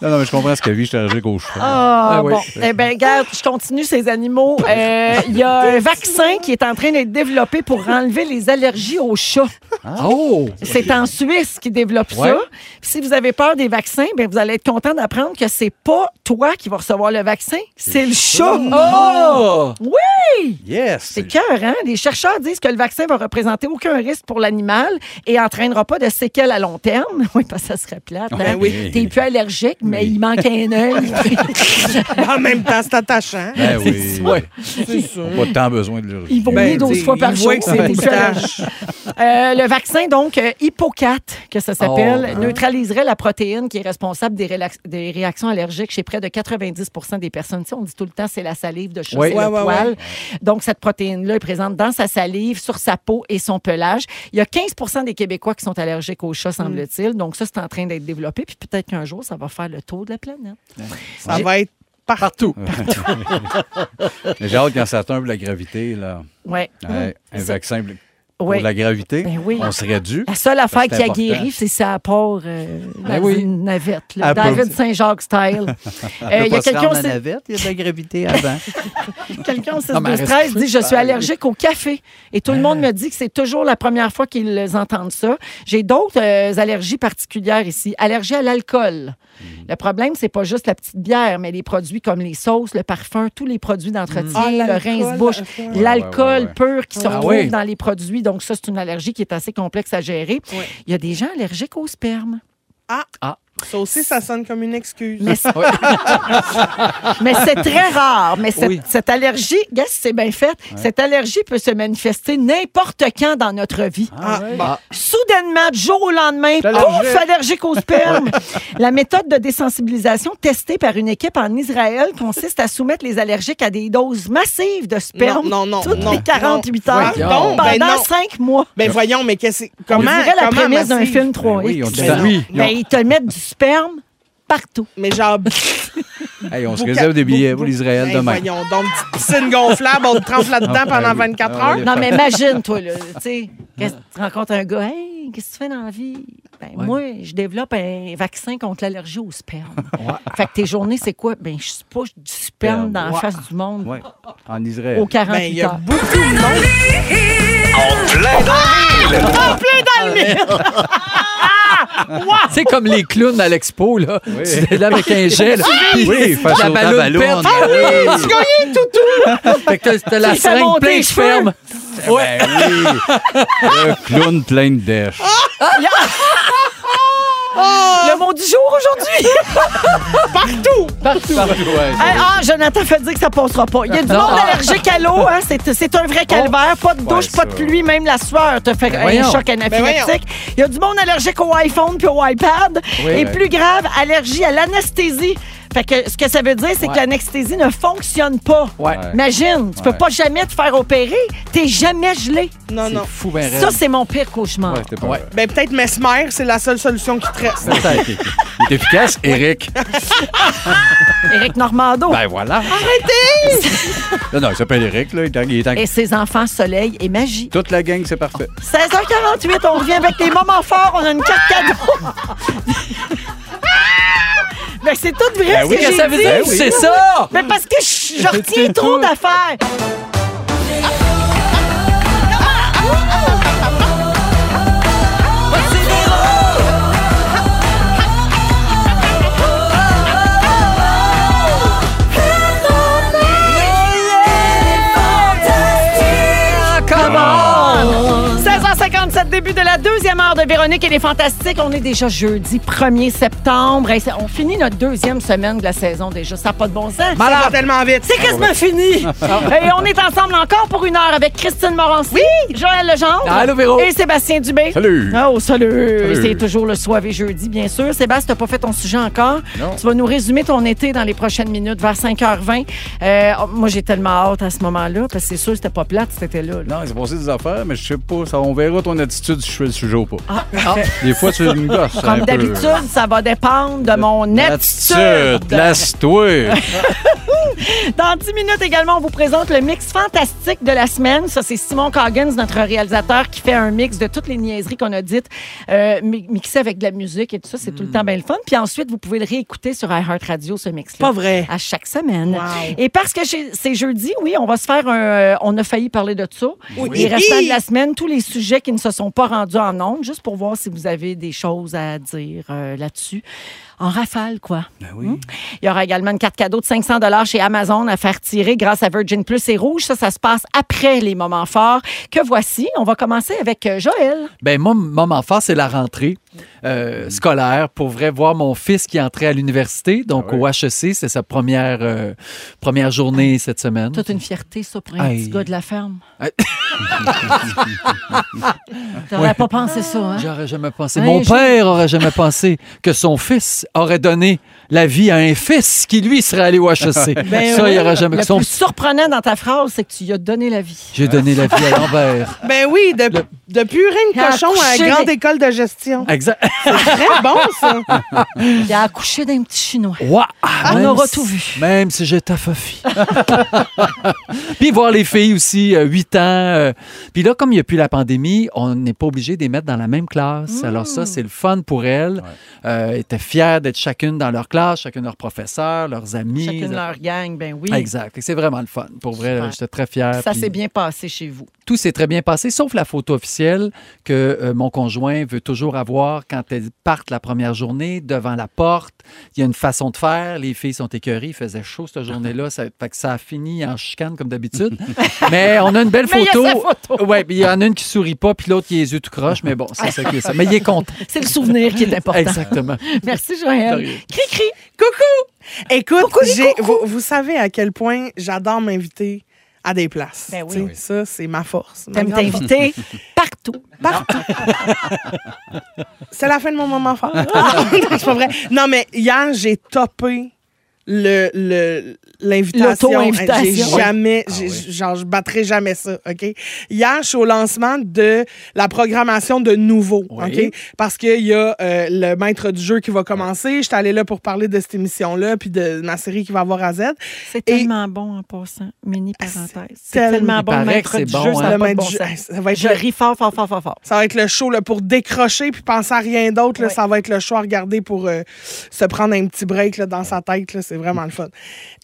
je- non, non, mais je comprends ce qu'elle vit, je suis allergique aux cheveux.
Ah,
Ah oui.
bon. Eh bien, regarde, je continue ces animaux. Euh, Il y a un vaccin qui est en train d'être développé pour enlever les allergies aux chats.
Ah.
Oh!
C'est en Suisse qui développe
Ouais.
ça. Puis si vous avez peur des vaccins, ben vous allez être content d'apprendre que c'est pas toi qui vas recevoir le vaccin, c'est le chat.
Oh!
Oui!
Yes!
C'est cœur, hein? Les chercheurs disent que le vaccin va représenter aucun risque pour l'animal et entraînera pas de séquelles à long terme. Oui, parce que ça serait plate. Hein?
Ben oui.
T'es plus allergique, mais il manque un œil.
En même temps, c'est attachant.
Ben oui.
Ouais.
C'est sûr.
Pas tant besoin de l'urgence.
Ils vont
Ben,
vomit 12
dis,
fois par
il
jour.
voit que c'est
T'es
une
plus allergique.
tache.
Euh, le vaccin, donc, euh, Hippocat, que ça s'appelle,
Oh, hein.
neutraliserait la protéine qui est responsable des, relax- des réactions allergiques chez près de 90 des personnes. Tu sais, on dit tout le temps, c'est la salive de chat,
Oui.
c'est
Ouais,
le
ouais,
poil. Donc, cette protéine-là est présente dans sa salive, sur sa peau et son pelage. Il y a 15 des Québécois qui sont allergiques aux chats, semble-t-il. Donc, ça, c'est en train d'être développé. Puis peut-être qu'un jour, ça va faire le tour de la planète.
Ça va être partout.
Partout.
Mais J'ai hâte quand ça tombe la gravité, là.
Ouais.
Ouais, un
Ah. C'est-
vaccin pour
Ouais.
la gravité,
Ben oui.
on serait dû.
La seule affaire
Ben, C'est
qui a
important.
guéri, c'est sa part euh, dans
oui.
une navette. là.
À peu.
David Saint-Jacques style. Euh, Il y a quelqu'un aussi-
navette, il y a de la gravité avant.
Quelqu'un au 6
Non, mais
12
reste
13 dit Je suis
pareil.
allergique au café. Et tout le monde me dit que c'est toujours la première fois qu'ils entendent ça. J'ai d'autres euh, allergies particulières ici. Allergie à l'alcool. Le problème, c'est pas juste la petite bière, mais les produits comme les sauces, le parfum, tous les produits d'entretien,
Ah,
le
l'alcool,
rince-bouche,
ouais,
ouais,
l'alcool
ouais, ouais.
pur qui se
Ah
retrouve
oui.
dans les produits. Donc, ça, c'est une allergie qui est assez complexe à gérer. Il y a des gens allergiques au sperme.
Ça aussi, ça sonne comme une excuse.
Mais c'est Mais c'est très rare. Mais cette,
Oui.
cette allergie, regarde si c'est bien fait, cette allergie peut se manifester n'importe quand dans notre vie.
Ah, bon.
Soudainement, du jour au lendemain,
T'es allergique.
pouf, allergique au sperme. La méthode de désensibilisation testée par une équipe en Israël consiste à soumettre les allergiques à des doses massives de sperme
Non, non, non,
toutes
non,
les 48
non.
heures
Voyons.
pendant
Ben non.
5 mois.
Ben voyons, mais qu'est-ce
On
comment
dirait la
comment
prémisse d'un
massive?
film 3
oui, on dit
Ben
ça.
non.
Oui.
ils te mettent du sperme partout.
Mais genre
Hey, on se
Bouca-
réserve des billets pour
bou-
l'Israël
Hey,
demain.
Ben, Voyons donc, une petite piscine gonflable, on te trempe là-dedans
Ah,
pendant
ben oui.
24
Ah,
heures.
oui.
Non, mais imagine, toi, là, tu sais, qu'est-ce- tu rencontres un gars, hey, qu'est-ce que tu fais dans la vie? Ben, moi, je développe un vaccin contre l'allergie au sperme. Fait que tes journées, c'est quoi? Ben, je pousse du sperme dans la
Ouais.
face du monde
Ouais. En Israël.
aux 48
Ben, il y a
heures.
En plein dans l'île.
En plein dans le mille!
C'est comme les clowns à l'expo, là. Tu es là avec un jet, là,
Oui,
puis
face
la
au
ballonne
ballon.
pète.
Ah oui,
Tu gagnes toutou!
Fait que t'as- t'as la
Tu fais
seringue
monter
pleine
les
de sperme. Ouais.
Ben oui. Le clown plein de dèche.
Le mot du jour aujourd'hui!
Partout!
Partout.
ouais.
Hey, ah, Jonathan fait dire que ça passera pas. Il y a du
Non. Oh.
monde allergique à l'eau, hein, c'est, c'est un vrai calvaire. Pas de douche, pas de pluie, même la sueur te fait un
Ben voyons.
choc anaphylactique. Il y a du monde allergique au iPhone puis au iPad.
Oui,
Et
ben.
plus grave, allergie à l'anesthésie. Fait que ce que ça veut dire, c'est que
Ouais.
l'anesthésie ne fonctionne pas.
Ouais.
Imagine, tu peux
Ouais.
pas jamais te faire opérer. T'es jamais gelé.
Non, non.
Fou, ben
Ça, c'est mon pire cauchemar.
c'était pas vrai.
Ben, peut-être Mesmer, c'est la seule solution qui te reste.
Peut-être. Il est efficace, Eric.
Éric Normando.
Ben voilà.
Arrêtez!
Non, non, il s'appelle Eric, là. Il est en- il est en-
Et ses enfants, soleil et magie.
Toute la gang, c'est parfait.
16h48, on revient avec les moments forts. On a une carte cadeau. Mais c'est tout vrai
Ben
ce
oui,
que
que
j'ai
ça veut
dit.
dire, c'est ça.
Mais parce que je, je retiens trop d'affaires.
Comment?
16h57, début de la deuxième heure de Véronique et les Fantastiques. On est déjà jeudi 1er septembre. Hey, c'est- On finit notre deuxième semaine de la saison déjà. Ça n'a pas de bon sens.
Ça va tellement vite.
C'est que me fini. Et on est ensemble encore pour une heure avec Christine Morancy, Joël Legendre
Allô, Véro.
et Sébastien Dubé.
Salut.
Ah.
Oh, salut.
Salut.
C'est toujours le soir et jeudi, bien sûr. Sébastien, t'as pas fait ton sujet encore.
Non.
Tu vas nous résumer ton été dans les prochaines minutes, vers 5h20. Euh, oh, moi, j'ai tellement hâte à ce moment-là, parce que c'est sûr que c'était pas plate, c'était là.
Non,
là.
il s'est passé des affaires, mais je sais pas. ça- on verra ton attitude si je fais le sujet ou pas.
Ah,
Des fois, tu me gosses. un
Comme
peu.
d'habitude, ça va dépendre de mon attitude.
Attitude, laisse-toi.
Dans 10 minutes également, on vous présente le mix fantastique de la semaine. Ça, c'est Simon Coggins, notre réalisateur, qui fait un mix de toutes les niaiseries qu'on a dites, euh, mi- mixées avec de la musique et tout ça. C'est tout le
Mm.
temps bien le fun. Puis ensuite, vous pouvez le réécouter sur iHeartRadio, ce mix-là.
Pas vrai.
À chaque semaine.
Wow.
Et parce que chez- c'est jeudi, oui, on va se faire un. euh, on a failli parler de ça.
Oui.
Les restants de la semaine, tous les sujets qui ne se sont pas rendus en ondes, juste pour voir si vous avez des choses à dire euh, là-dessus. En rafale, quoi. Hum? Il y aura également une carte cadeau de 500 chez Amazon à faire tirer grâce à Virgin Plus et Rouge. Ça, ça se passe après les moments forts. Que voici. On va commencer avec euh, Joël.
Ben, moi, moment fort, c'est la rentrée
Mm-hmm.
euh, scolaire. Pour vrai, voir mon fils qui entrait à l'université,
Ah
donc au HEC, c'est sa première, euh, première
Ah.
journée cette semaine.
Toute une fierté, ça, pour un
Aïe.
petit gars de la ferme.
Aïe.
T'aurais
Ouais.
pas pensé ça, hein?
J'aurais jamais pensé.
Ouais,
Mon
je-
père aurait jamais pensé que son fils aurait donné la vie à un fils qui, lui, serait allé au HEC.
Ben
ça,
oui.
il aurait jamais.
Le
Son...
plus surprenant dans ta phrase, c'est que tu lui as donné la vie.
J'ai donné la vie à l'envers.
Ben oui, de, de purée de
Ah,
cochon à
coucher
la grande
des-
école de gestion.
Exact.
Très bon, ça.
Il a accouché d'un petit chinois.
Ouais.
Ah, on
Même
aura
si-
tout vu.
Même si j'étais à Fofi. Puis voir les filles aussi, euh, 8 ans. euh. Puis là, comme il n'y a plus la pandémie, on n'est pas obligé de les mettre dans la même classe.
Hmm.
Alors ça, c'est le fun pour elles. Euh, elles étaient fières d'être chacune dans leur classe, chacune leur professeur, leurs amis.
Chacune leur gang, ben oui.
Exact. Fait que C'est vraiment le fun. Pour vrai,
Super.
j'étais très fier.
Ça
Puis
s'est bien passé chez vous.
Tout s'est très bien passé, sauf la photo officielle que euh, mon conjoint veut toujours avoir quand elles partent la première journée devant la porte. Il y a une façon de faire. Les filles sont écœurées. Il faisait chaud cette journée-là. Ça, fait que ça a fini en chicane comme d'habitude. mais on a une belle
Mais il y a
photo.
sa photo.
Ouais, puis il y en a une qui sourit pas, puis l'autre qui a les yeux tout croche. Mais bon, c'est ça qui est ça. Mais il est content.
C'est le souvenir qui est important.
Exactement.
Merci, Joël.
De rien.
Cri-cri.
Coucou! Écoute, j'ai- vous, vous savez à quel point j'adore m'inviter à des places.
Ben oui.
Tu sais, Ça, c'est ma force. ma
T'aimes
grande force.
t'inviter partout.
Partout. Ah, c'est la fin de mon moment fort. non, c'est pas vrai. Non, mais hier, j'ai topé le, le- l'invitation.
L'auto-invitation.
J'ai
Oui.
jamais, j'ai- genre, je battrai jamais ça, OK? Hier, je suis au lancement de la programmation de nouveau,
Oui.
OK? Parce qu'il y a euh, le maître du jeu qui va commencer. Je suis allée là pour parler de cette émission-là, puis de ma série qui va avoir à Z.
C'est tellement bon en passant, mini parenthèse. Ah, C'est
tellement-
tellement
Il
bon,
paraît
maître
que c'est
du
bon,
jeu,
hein.
ça
Le
n'a pas de
maître
bon
du jeu,
sens.
hey, ça va être
Je
le-
ris fort, fort, fort, fort, fort.
Ça va être le show là, pour décrocher puis penser à rien d'autre. là. Ça va être le show à regarder pour euh, se prendre un petit break là, dans sa tête. là. C'est vraiment le fun.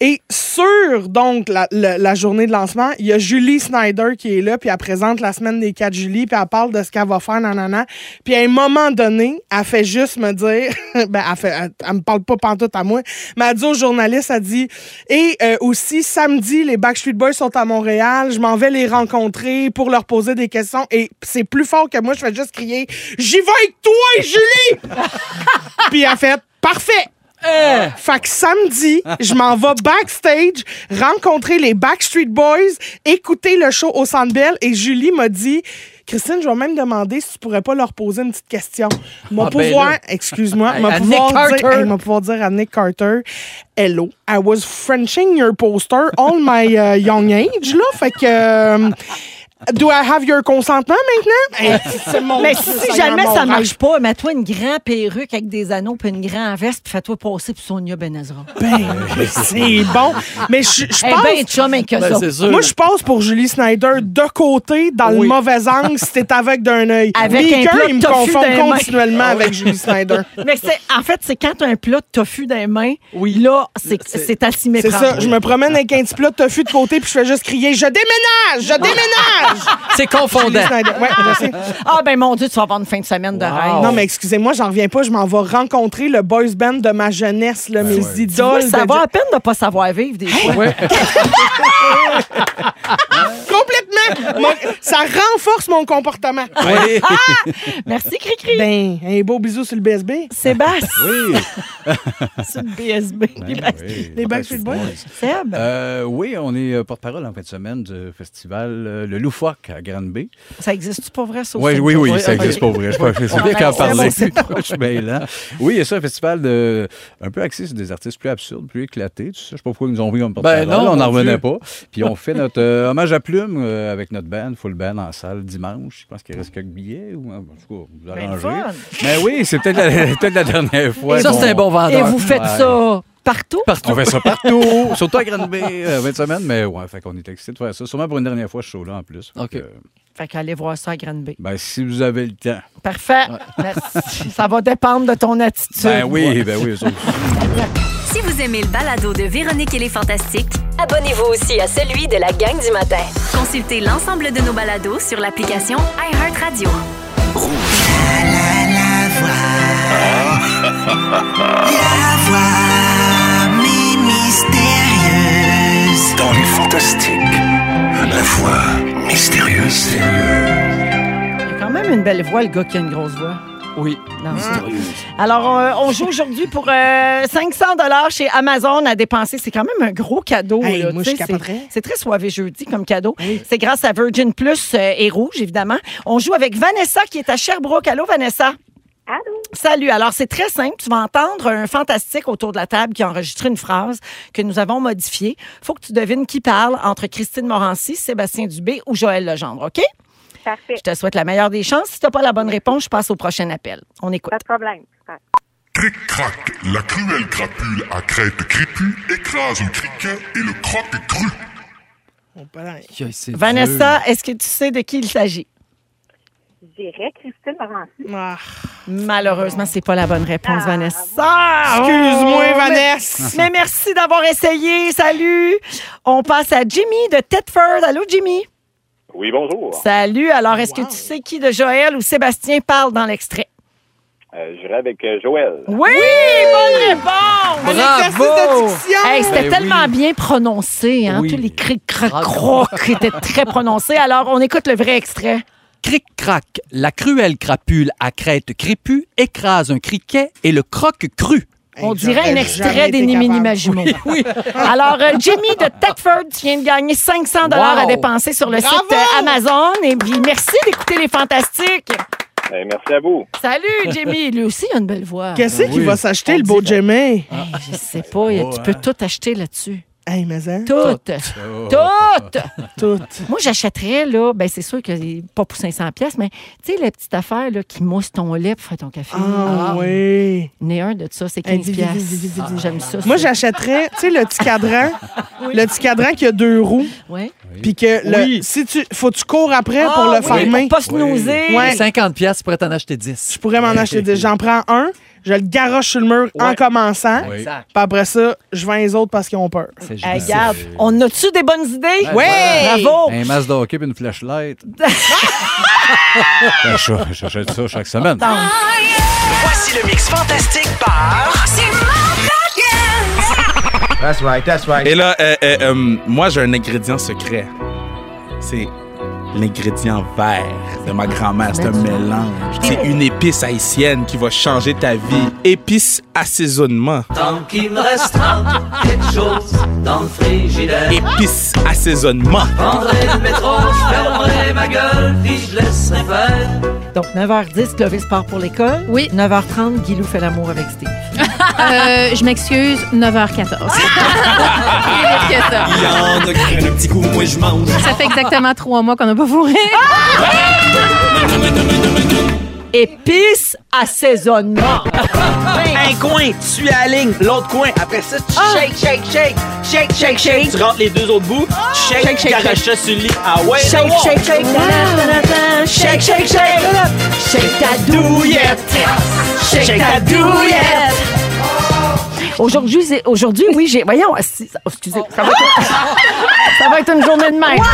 Et sur donc la, la- la journée de lancement, il y a Julie Snyder qui est là, puis elle présente la semaine des 4 Julie, puis elle parle de ce qu'elle va faire, nanana. Puis à un moment donné, elle fait juste me dire, ben, elle, fait, elle, elle me parle pas pantoute à moi, mais elle dit aux journalistes, elle dit, et euh, aussi samedi, les Backstreet Boys sont à Montréal, je m'en vais les rencontrer pour leur poser des questions, et c'est plus fort que moi, je fais juste crier, j'y vais avec toi, Julie! puis elle fait, parfait!
Euh.
Fait que samedi, je m'en vais backstage, rencontrer les Backstreet Boys, écouter le show au Centre Bell et Julie m'a dit Christine, je vais même demander si tu pourrais pas leur poser une petite question. Mon
Ah, ben
pouvoir,
là.
excuse-moi,
À-
mon
à
pouvoir,
Nick
dire-
Carter.
hey, m'a pouvoir dire à Nick Carter Hello, I was Frenching your poster all my uh, young age, là. Fait que. euh, do I have your consentement maintenant? Hey, c'est mon-
mais
c'est
si jamais
mon
ça
rêve.
marche pas, mets-toi une grande perruque avec des anneaux puis une grande veste puis fais-toi passer pour Sonia Benezra.
Ben, c'est bon. Mais je je pense.
Eh ben, chum, hein, que Ben, ça. c'est sûr.
Moi, je pense pour Julie Snyder de côté, dans le
Oui.
mauvais angle, si t'es aveugle d'un œil.
Avec un
Meeker,
plat de
il me
tofu
confond
dans les mains.
continuellement avec Julie Snyder.
Mais c'est, en fait, c'est quand tu as un plat de tofu dans les mains, là, c'est, c'est à s'y
C'est
méprendre.
ça, je me promène avec un petit plat de tofu de côté puis je fais juste crier Je déménage! Je déménage!
C'est
Julie
confondant.
Snyder, ouais, je sais.
Ah, ben mon Dieu, tu vas avoir une fin de semaine de rêve.
Non, mais excusez-moi, j'en reviens pas. Je m'en vais rencontrer le boys band de ma jeunesse, là, mes
Tu vois,
idoles.
ça
de-
va à peine de pas savoir vivre des fois.
Complètement! Mon- ça renforce mon comportement.
Ouais.
Merci, Cricri.
Ben, un beau bisou sur le BSB.
Sébastien.
Oui. Ben
C'est le BSB. les Back-
oui. Ah
les Backstreet Boys. Seb.
Euh, oui, on est euh, porte-parole en fin de semaine du festival euh, Le Loufoque à Grande-Bay.
Ça existe-tu pour vrai, ça?
Oui,
aussi?
oui, oui,
Ouais,
ça
ok.
existe pour vrai. Je peux-
On
c'est bien qu'en
reste-
parler.
on sait pas.
Je suis bien lent. Oui, c'est ça, un festival de, un peu axé sur des artistes plus absurdes, plus éclatés. tout ça. Je ne sais pas pourquoi ils nous ont pris comme porte-parole.
Ben non,
on
mon
n'en revenait
Dieu.
pas. Puis on fait notre euh, hommage à Plume euh, avec notre band, full band en salle dimanche. Je pense qu'il reste quelques billets. Ou, en tout cas, vous
Ben, le
arrangez.
fun.
Mais oui, c'est peut-être la, peut-être la dernière fois.
Ça,
qu'on-
c'est un bon vendeur.
Et vous faites
Ouais.
ça partout?
On fait ça partout, surtout à Granby, euh, 20 semaines, mais ouais, fait qu'on est excité de faire ça. Sûrement pour une dernière fois, je suis chaud là en plus. Fait que,
Fait qu'allez voir ça à Granby.
ben, si vous avez le temps.
Parfait. Merci. Ça va dépendre de ton attitude.
Ben oui, ben oui, eux autres.
Si vous aimez le balado de Véronique et les Fantastiques,
Abonnez-vous aussi à celui de la gang du matin.
consultez l'ensemble de nos balados sur l'application iHeartRadio.
La voix mystérieuse.
Dans les fantastiques, la voix mystérieuse.
Il a quand même une belle voix, le gars qui a une grosse voix.
Oui.
Non. Alors, euh, on joue aujourd'hui pour euh, 500 chez Amazon à dépenser. C'est quand même un gros cadeau.
Hey,
là,
moi,
tu sais,
je capoterais.
c'est- C'est très soivé jeudi comme cadeau. C'est grâce à Virgin Plus euh, et Rouge, évidemment. On joue avec Vanessa qui est à Sherbrooke. Allô, Vanessa? Allô? Salut. Alors, c'est très simple. Tu vas entendre un fantastique autour de la table qui a enregistré une phrase que nous avons modifiée. faut que tu devines qui parle entre Christine Morancy, Sébastien Dubé ou Joël Legendre, OK?
Parfait.
Je te souhaite la meilleure des chances. Si tu n'as pas la bonne réponse, je passe au prochain appel. On écoute.
Pas de problème.
Cric-crac, la cruelle crapule à crête crépue écrase le criquet et le croque cru.
Oh, ben,
Vanessa, est-ce que tu sais de qui il s'agit?
Je dirais Christine Morancy.
Ah.
Malheureusement, c'est pas la bonne réponse, Vanessa.
Ah, Excuse-moi,
mais-
Vanessa.
Mais, merci d'avoir essayé. Salut. On passe à Jimmy de Tedford. Allô, Jimmy.
Oui, bonjour.
Salut. Alors, est-ce que tu sais qui de Joël ou Sébastien parle dans l'extrait?
Euh, J'irai avec euh, Joël.
Oui, bonne réponse.
Un Bravo. exercice de diction.
Hey, c'était
Ben
tellement bien prononcé. Hein?
Oui.
Tous les cric crac croc étaient très prononcés. Alors, on écoute le vrai extrait.
Cric-crac, la cruelle crapule à crête crépue écrase un criquet et le croque cru.
On dirait un extrait des Nimini Majimo.
Oui,
Alors, euh, Jimmy de Tedford, tu viens de gagner 500 dollars
Wow.
à dépenser sur le
Bravo!
site euh, Amazon. Et puis, merci d'écouter les fantastiques.
Eh, merci à vous.
Salut, Jimmy. Lui aussi, il a une belle voix. Ah,
Qu'est-ce qu'il va s'acheter, le beau Jimmy?
Je sais pas. il y a- tu peux tout acheter là-dessus.
Hey, mais hein?
Tout.
Oh.
Tout.
Tout.
Moi, j'achèterais, là, ben c'est sûr que pas pour 500 pièces, mais tu sais, la petite affaire là, qui mousse ton lait pour faire ton café.
Ah, oui.
N'ai un de ça, c'est Ah.
Hey,
15
dis, dis, dis, dis, dis,
pièces.
dis, dis.
J'aime ça.
Moi,
ça.
j'achèterais, tu sais, le petit cadran. Le petit cadran qui a deux roues.
Ouais.
Puis que le- si tu, faut que tu cours
Ah
après Ah, pour le fermer. Ouais.
50 pièces, tu pourrais t'en acheter 10.
Je pourrais m'en acheter des. J'en prends un, je le garoche sur le mur en commençant.
Oui.
Puis
Exact.
après ça, je vends les autres parce qu'ils ont peur.
Hey, regarde, on a-tu des bonnes idées?
Ben, Ouais. voilà.
Bravo!
Un masque de hockey puis une flashlight. Ben, je- J'achète ça chaque semaine.
Voici le mix fantastique par. C'est
That's right, that's right.
Et là, euh, euh, euh, moi, j'ai un ingrédient secret. C'est l'ingrédient vert de ma grand-mère. C'est un mélange. C'est une épice haïtienne qui va changer ta vie. Épice assaisonnement.
Ah.
Tant qu'il me restera quelque chose dans le frigidaire.
Épice assaisonnement.
Je prendrai le métro, je fermerai ma gueule, puis je laisserai faire.
Donc, 9h10, Clovis part pour l'école. Oui. 9h30, Guilou fait l'amour avec Steve.
Euh, je m'excuse, 9h14.
Ah!
Plus vite que ça.
Il y en a qui un petit coup, moi je mange.
Ça fait exactement trois mois qu'on n'a pas fourré.
Épices, assaisonnement.
Un coin, tu alignes l'autre coin. Après ça, tu
Ah,
shake, shake, shake, shake, shake, shake. Tu rentres les deux autres bouts,
Ah.
tu shake, tu garoches ça sur le lit. Ah ouais,
Shake,
wow.
shake, shake,
Wow.
ta-da-da-da. Shake, shake, shake.
Shake ta douillette. Shake ta douillette.
Aujourd'hui, c'est- aujourd'hui, oui, j'ai. Voyons, si- oh, excusez. Ça va, être, ça va être une journée de merde.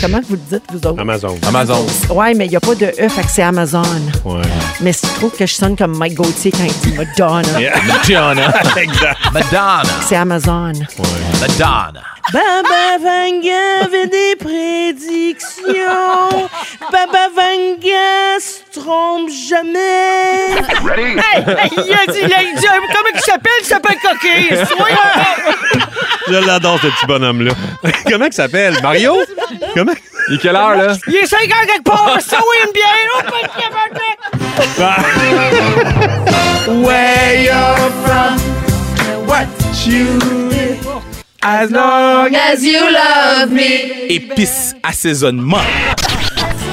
Comment vous le dites, vous autres?
Amazon. Amazon.
Ouais, mais il n'y a pas de E, fait que c'est Amazon.
Ouais.
Mais si tu trouves que je sonne comme Mike Gauthier quand il dit Madonna,
Madonna. Madonna.
c'est Amazon.
Madonna.
Baba Vanga avait des prédictions. Baba Vanga se trompe jamais.
Ready?
Hey, hey, il a dit, il a dit, euh, comment il s'appelle? Il s'appelle Coquille.
Je l'adore, ce petit bonhomme-là. Comment il s'appelle? Mario? Comment? Il est quelle heure, là?
Il est 5 heures quelque part. Ça, oui, une bière. Oh, pas de
Where you're from, and what you did. As long as you love me.
Épice assaisonnement.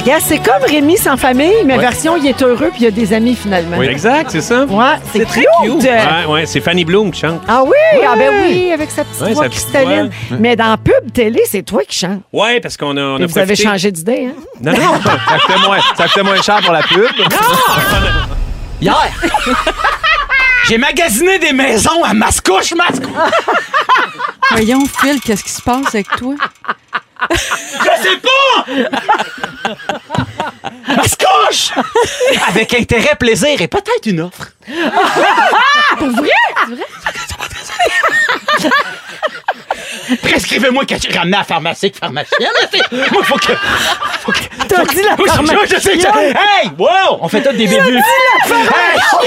Regarde, c'est comme Rémi sans famille, mais
Ouais.
version, il est heureux puis il a des amis finalement.
Oui, exact, c'est ça.
Ouais, c'est très cute.
Ouais, ouais, c'est Fanny Bloom qui chante.
Ah oui, ah ben
Ouais.
oui, avec sa petite
Ouais,
voix
sa petite
cristalline.
voix.
Mais dans pub télé, c'est toi qui chantes.
Ouais, parce qu'on a, on a
Et vous avez
profité-
changé d'idée, hein?
Non, non, ça coûtait moins, ça coûtait moins cher pour la pub.
Hier, j'ai magasiné des maisons à Mascouche, Mascouche.
Voyons, Phil, qu'est-ce qui se passe avec toi?
Je sais pas! Mascouche! Avec intérêt, plaisir et peut-être une offre.
Pour vrai?
Prescrivez-moi quelque chose. Ramenez à la pharmacie, que pharmacienne. c'est- Moi, faut que. Faut que.
T'as dit la
Faut que-
pharmacienne.
Je sais que ça- Hey! Wow! On fait tous des
T'as
débuts.
dit la pharmacienne.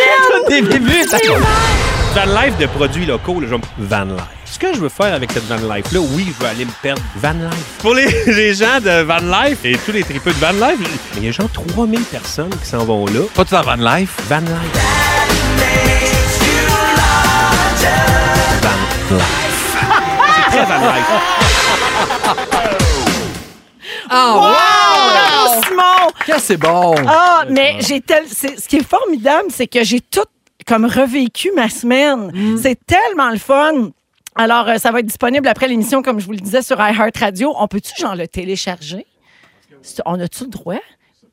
Hey! Des débuts. ça-
Van Life de produits locaux, là, je vais me- Van Life. Ce que je veux faire avec cette Van Life-là, oui, je veux aller me perdre Van Life. Pour les, les gens de Van Life et tous les tripeux de Van Life, il y a genre 3000 personnes qui s'en vont là. Pas tout en Van Life. Van Life. Van Life. C'est très Van Life.
Ah,
wow!
Bravo, Simon!
Que c'est bon!
Ah, mais j'ai tel. c'est- Ce qui est formidable, c'est que j'ai tout comme revécu ma semaine.
Mm.
C'est tellement le fun. Alors, euh, ça va être disponible après l'émission, comme je vous le disais, sur iHeartRadio. On peut-tu, genre, le télécharger? C'est- On a-tu le droit?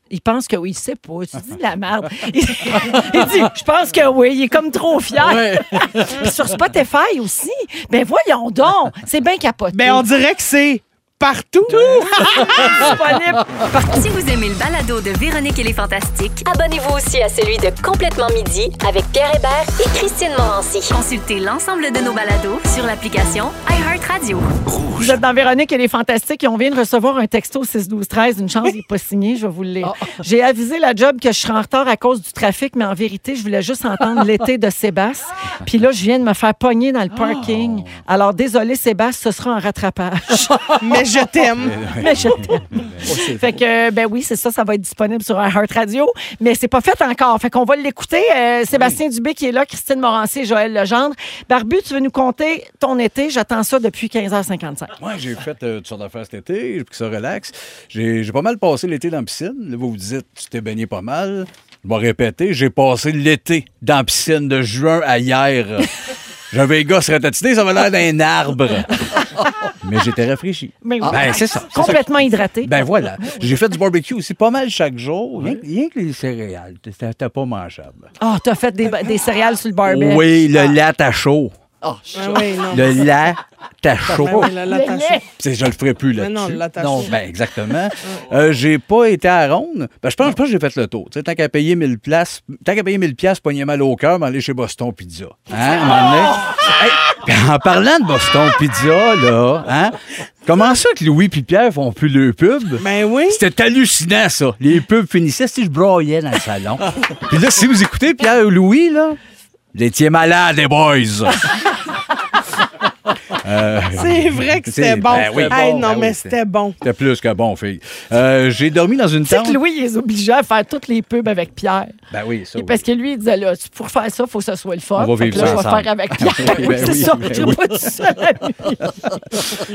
Il pense que oui, il sait pas. Tu dis de la merde. Il, il dit, je pense que oui. Il est comme trop fier. Puis sur Spotify aussi. Ben voyons donc. C'est bien capoté.
Ben, on dirait que c'est partout.
Disponible.
Si vous aimez le balado de Véronique et les Fantastiques,
Abonnez-vous aussi à celui de Complètement Midi avec Pierre Hébert et Christine Morancy.
consultez l'ensemble de nos balados sur l'application iHeartRadio.
Vous êtes dans Véronique, elle est fantastique et on vient de recevoir un texto 6-12-13. Une chance, il n'est pas signé, je vais vous le lire. J'ai avisé la job que je serai en retard à cause du trafic, mais en vérité, je voulais juste entendre l'été de Sébastien. Puis là, je viens de me faire pogner dans le parking. Alors, désolé, Sébastien, ce sera un rattrapage.
Mais je t'aime.
Mais je t'aime. fait que, euh, ben oui, c'est ça, ça va être disponible sur Heart Radio, mais c'est pas fait encore. Fait qu'on va l'écouter. Euh, Sébastien Dubé qui est là, Christine Morancé, Joël Legendre. Barbu, tu veux nous compter ton été? J'attends ça depuis 15h55.
Moi, j'ai fait euh, toutes sortes d'affaires cet été, pour que ça relaxe. J'ai j'ai pas mal passé l'été dans la piscine. Là, vous vous dites, tu t'es baigné pas mal. Je vais répéter, j'ai passé l'été dans la piscine de juin à hier. J'avais les gosses ratatiné, ça m'a l'air d'un arbre. Mais j'étais rafraîchi.
Mais oui.
Ben, c'est ça. c'est ça que-
Complètement hydraté.
Ben voilà. J'ai fait du barbecue aussi pas mal chaque jour. Rien, que- rien que les céréales, c'était c'était pas mangeable.
Ah, t'as fait des, des céréales sur le barbecue.
Oui, le lait à chaud.
Ah,
Ben oui, non.
Le lait à chaud.
Ben oui, le lait à chaud.
C'est- Je le ferai plus
Mais
là-dessus.
non, le lait à chaud.
ben exactement. Euh, j'ai pas été à Ronde. Ben, je pense je pense que j'ai fait le tour. Tu sais, tant qu'à payer 1000 places, tant qu'à payer 1000 pièces, pogner mal au cœur, m'aller chez Boston Pizza. Hein, à un moment donné? Hey, puis en parlant de Boston Pizza, là, hein, comment ça que Louis et Pierre font plus le pub?
Ben oui.
C'était hallucinant, ça. Les pubs finissaient, si je broyais dans le salon. Puis là, si vous écoutez Pierre ou Louis, là, vous étiez malade, les boys. Euh,
C'est vrai que c'était
c'est-
bon.
ben oui.
Hey, non,
Ben oui,
mais c'était bon.
C'était plus que bon, fille. Euh, J'ai dormi dans une
Tu sais
tente.
que Louis, il est obligé à faire toutes les pubs avec Pierre.
Ben oui, ça.
Et parce que lui, il disait, là, pour faire ça, il faut que ça soit le fun.
On va
Fait que
vivre
là,
ça
je vais
ensemble.
faire avec Pierre.
Ben oui,
c'est ça,
ben
je serai
oui.
pas tout seul à lui.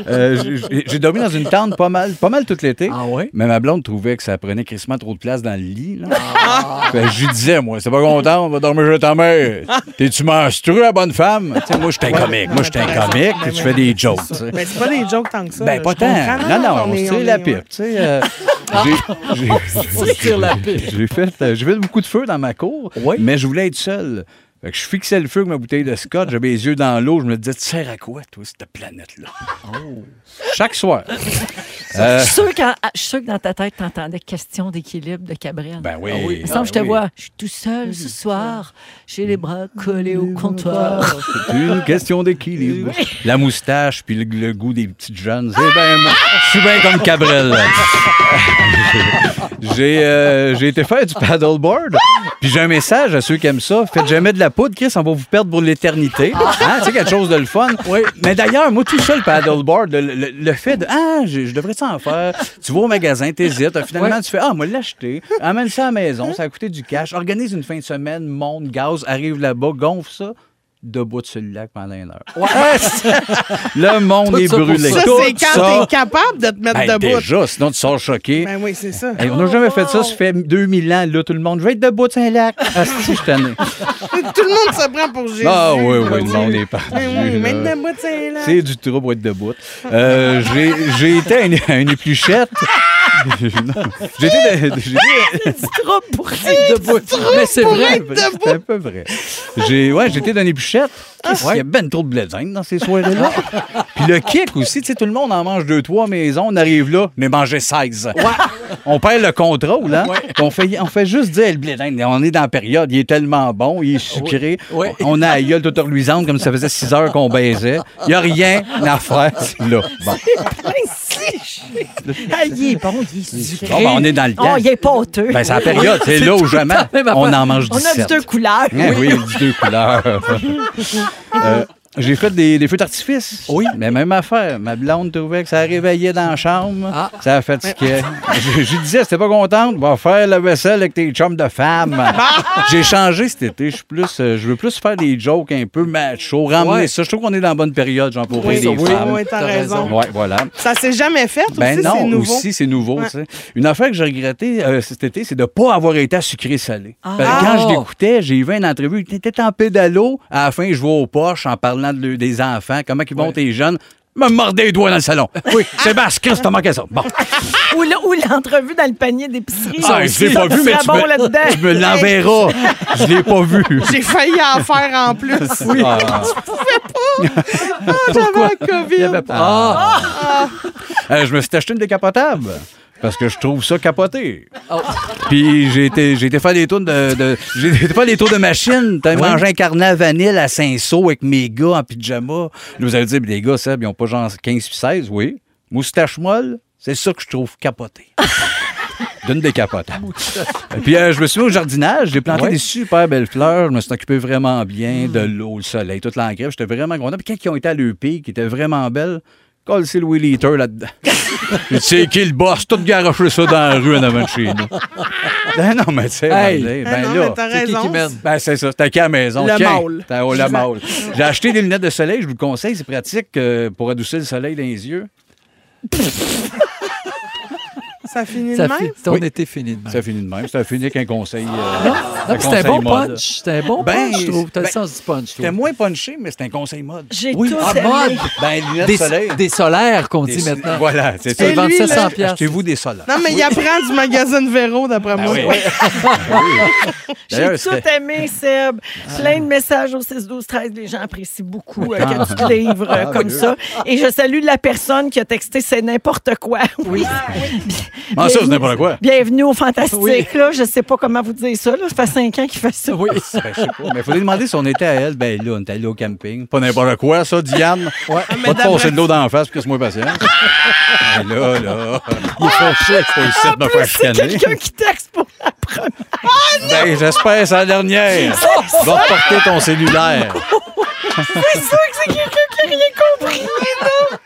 Euh, j'ai- j'ai- J'ai dormi dans une tente pas mal, pas mal tout l'été. Ah oui? Mais ma blonde trouvait que ça prenait crissement trop de place dans le lit. là. Fait que je lui disais, moi, c'est pas content, on va dormir chez ta mère. T'es-tu menstrué, la bonne femme? Tu sais, moi, je suis un comique. Moi, je suis un comique, puis tu fais des jokes. tu sais.
Mais Ben, c'est pas des jokes tant que ça.
Ben, pas
Je
tant.
comprends.
Non, non, on
est-
se
on
tire
est-
la pipe. Tu sais, euh, j'ai- j'ai-
Ah. On se tire la pipe.
J'ai fait, euh, j'ai fait beaucoup de feu dans ma cour, mais je voulais être seul. Fait que je fixais le feu avec ma bouteille de scotch, j'avais les yeux dans l'eau, je me disais, tu sers à quoi, toi, cette planète-là?
Oh.
Chaque soir. Euh,
Je suis sûre qu'en- je suis sûre que dans ta tête, t'entendais question d'équilibre de Cabrel.
Ben oui.
Il me semble que je te
Ah oui.
vois. Je suis tout seul ce soir. J'ai les bras collés au comptoir.
C'est une question d'équilibre. La moustache puis le, le goût des petites jeunes. C'est ben- je suis bien comme Cabrel. j'ai, euh, j'ai été faire du paddleboard. Puis j'ai un message à ceux qui aiment ça. Faites jamais de la poudre, Chris, on va vous perdre pour l'éternité.
Ah.
Hein, c'est quelque chose de le fun. Mais d'ailleurs, moi, tout ça, le paddleboard, le, le- le fait de Ah, je, je devrais ça en faire. Tu vas au magasin, t'hésites. Finalement, tu fais Ah, moi, l'acheter. Amène ça à la maison. Ça a coûté du cash. Organise une fin de semaine, monte, gaz, arrive là-bas, gonfle ça. Debout sur le lac pendant une heure. le monde
Tout
est
ça pour
brûlé.
Ça,
Tout
c'est
ça.
quand t'es capable de te mettre
Ben,
debout.
déjà, sinon tu sors choqué.
Ben oui, c'est ça.
Hey, on n'a jamais fait ça, ça fait 2000 ans, là, tout le monde. Je vais être debout de Saint-Lac. Ah, si, je suis tanné.
Tout le monde se prend pour Jésus.
Ah, oui, oui, le
Ben
monde est perdu.
Ben oui,
là.
même debout, c'est là.
C'est du trouble pour être debout. Euh, j'ai, j'ai été à une, à une épluchette. Non. J'ai été de- j'ai été-
C'est trop pour être debout.
Mais c'est
pour
vrai.
être
C'est un peu vrai. J'ai, ouais, j'étais dans les bûchettes.
Ah.
Qu'est-ce qu'il y a ben trop de blédine dans ces soirées-là. Puis le kick aussi, tu sais, tout le monde en mange deux, trois maisons. On arrive là, mais manger 16. On perd le contrôle, hein? Puis On, fait, on fait juste dire le blédine. On est dans la période, il est tellement bon, il est sucré.
Ouais.
On a la gueule toute reluisante comme si ça faisait six heures qu'on baisait. Il n'y a rien à faire là. Bon.
Ah, il est bon, il est sucré.
Bon, ben, on est dans le temps.
Oh, il est pâteux.
Ben, c'est la période, c'est là ou jamais. On en mange
On a
17.
deux couleurs.
Ah oui, du deux couleurs. Euh, j'ai fait des, des feux d'artifice. Oui. Mais même affaire. Ma blonde trouvait que ça réveillait dans la chambre.
Ah.
Ça la fatiguait. je, je disais, c'était pas contente, va faire la vaisselle avec tes chums de femme. j'ai changé cet été. Je suis plus, euh, je veux plus faire des jokes un peu macho, ramener
Ouais.
ça. Je trouve qu'on est dans la bonne période, j'en pourrais
Oui,
des
oui,
femmes.
oui, t'as T'as raison. raison.
Ouais, voilà.
Ça s'est jamais fait
Ben
aussi, c'est
non,
nouveau.
aussi, c'est nouveau.
Ouais.
tu sais. Une affaire que j'ai regrettée euh, cet été, c'est de ne pas avoir été à sucré-salé.
Ah.
Parce que Quand
Ah.
je l'écoutais, j'ai vu une entrevue, il était en pédalo. À la fin, je vois aux poches en parlant de- des enfants, comment ils vont, tes jeunes. Me morder les doigts dans le salon. Oui, Sébastien, Christ, t'as manqué ça. Bon.
Ou le- ou l'entrevue dans le panier d'épicerie.
Ah, je l'ai pas
Ça
vu, mais
sera
tu
bon
me-
là-dedans.
tu me l'enverras. Je l'ai pas vu.
J'ai failli en faire en plus.
Oui. Ah.
Je pouvais pas. Ah, j'avais la COVID.
Ah.
Ah.
Euh, je me suis acheté une décapotable. Parce que je trouve ça capoté. Puis j'ai été, j'ai été faire des tours de, de- j'ai été faire des tours de machine. T'as mangé un carnet à vanille à Saint-Saul avec mes gars en pyjama. Là, vous allez dire, les gars, ça, ils ont pas genre 15 puis 16, oui. Moustache molle, c'est ça que je trouve capoté. D'une décapotable. Puis euh, je me suis mis au jardinage, j'ai planté
Ouais. Hmm.
des super belles fleurs, je me suis occupé vraiment bien de l'eau, le soleil, toute l'engrais, j'étais vraiment content. Puis quand ils ont été à l'EP, qui était vraiment belle, Colle, c'est le Willy Eater là-dedans. Il dit, c'est qui le boss? Tout garoché ça dans la rue en avant de chez nous. Ben non, mais tu sais,
Hey.
ben,
Ben non,
là,
mais t'as C'est qui raison. qui mène?
Ben c'est ça, t'as qu'à la maison.
Le
Tiens,
mâle.
t'as- oh, le mâle. J'ai acheté des lunettes de soleil, je vous le conseille, c'est pratique euh, pour adoucir le soleil dans les yeux.
Ça finit
Ça
de
fi-
même?
ton
Oui.
été finit de même.
Ça finit de même. Ça finit qu'un conseil. euh,
Non,
un
non, Ah, c'était un
conseil
bon
mode.
punch. C'était un bon
Ben,
punch, je trouve. T'as le
ben,
sens du punch, je trouve.
C'était moins punché, mais c'était un conseil mode.
J'ai
oui.
tout
ah,
aimé.
mode. Ben, les lunettes de
Des-
soleil.
des solaires qu'on
Des-
dit maintenant.
Voilà, c'est
Tu
ça.
peux vendre ça 100 piastres.
Achetez-vous des solaires.
Non, mais il apprend du magazine Véro, d'après moi.
Ben oui. Ah
J'ai
D'ailleurs,
tout
c'était-
aimé, Seb. Plein de messages au 6-12-13. Les gens apprécient beaucoup euh,
Ah.
quand tu te livres euh,
Ah,
comme
Dieu.
ça. Et je salue la personne qui a texté C'est n'importe quoi. Oui.
Ah, ça, c'est n'importe quoi.
Bienvenue au Fantastique. Là, je sais pas comment vous dire ça. Là. Ça fait cinq ans qu'il fait ça.
Oui. Ben, je sais pas. Mais il faudrait demander si on était à elle. Ben là, on était allé au camping. Pas n'importe quoi, ça, Diane. Ouais. Pas te passer de l'eau dans la face, puis que c'est moins patient. ben là, là. Il faut chier. Faut essayer de me faire
C'est
chicaner.
quelqu'un qui texte pour la première.
Ben, j'espère, c'est la dernière.
C'est
Va
ça.
reporter ton cellulaire.
C'est sûr que c'est quelqu'un qui a rien compris, non?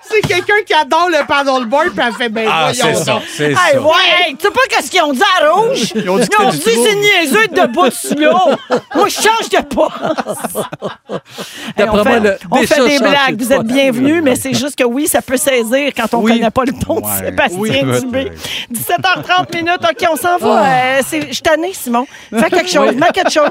C'est quelqu'un qui adore le paddleboard puis elle fait ben
Ah,
voyons
c'est ça,
donc.
c'est
Hey, ouais, hey, tu sais pas qu'est-ce qu'ils ont dit à Rouge?
Ils ont dit que
Ils ont
c'était
dit
du trouble.
c'est niaiseux de debout dessus l'eau. Moi, je change de poste. Hey, on
D'après moi,
fait,
le-
on
déjà,
fait des
change
blagues.
de
Vous êtes
poste.
bienvenus, mais c'est juste que oui, ça peut saisir quand on
Oui.
connaît pas le ton de
Ouais.
Sébastien
Oui.
Dubé. 17h30 minutes. OK, on s'en va.
Ah.
Euh, c'est- je suis tannée, Simon. Fais quelque chose.
Oui.
Mets quelque chose.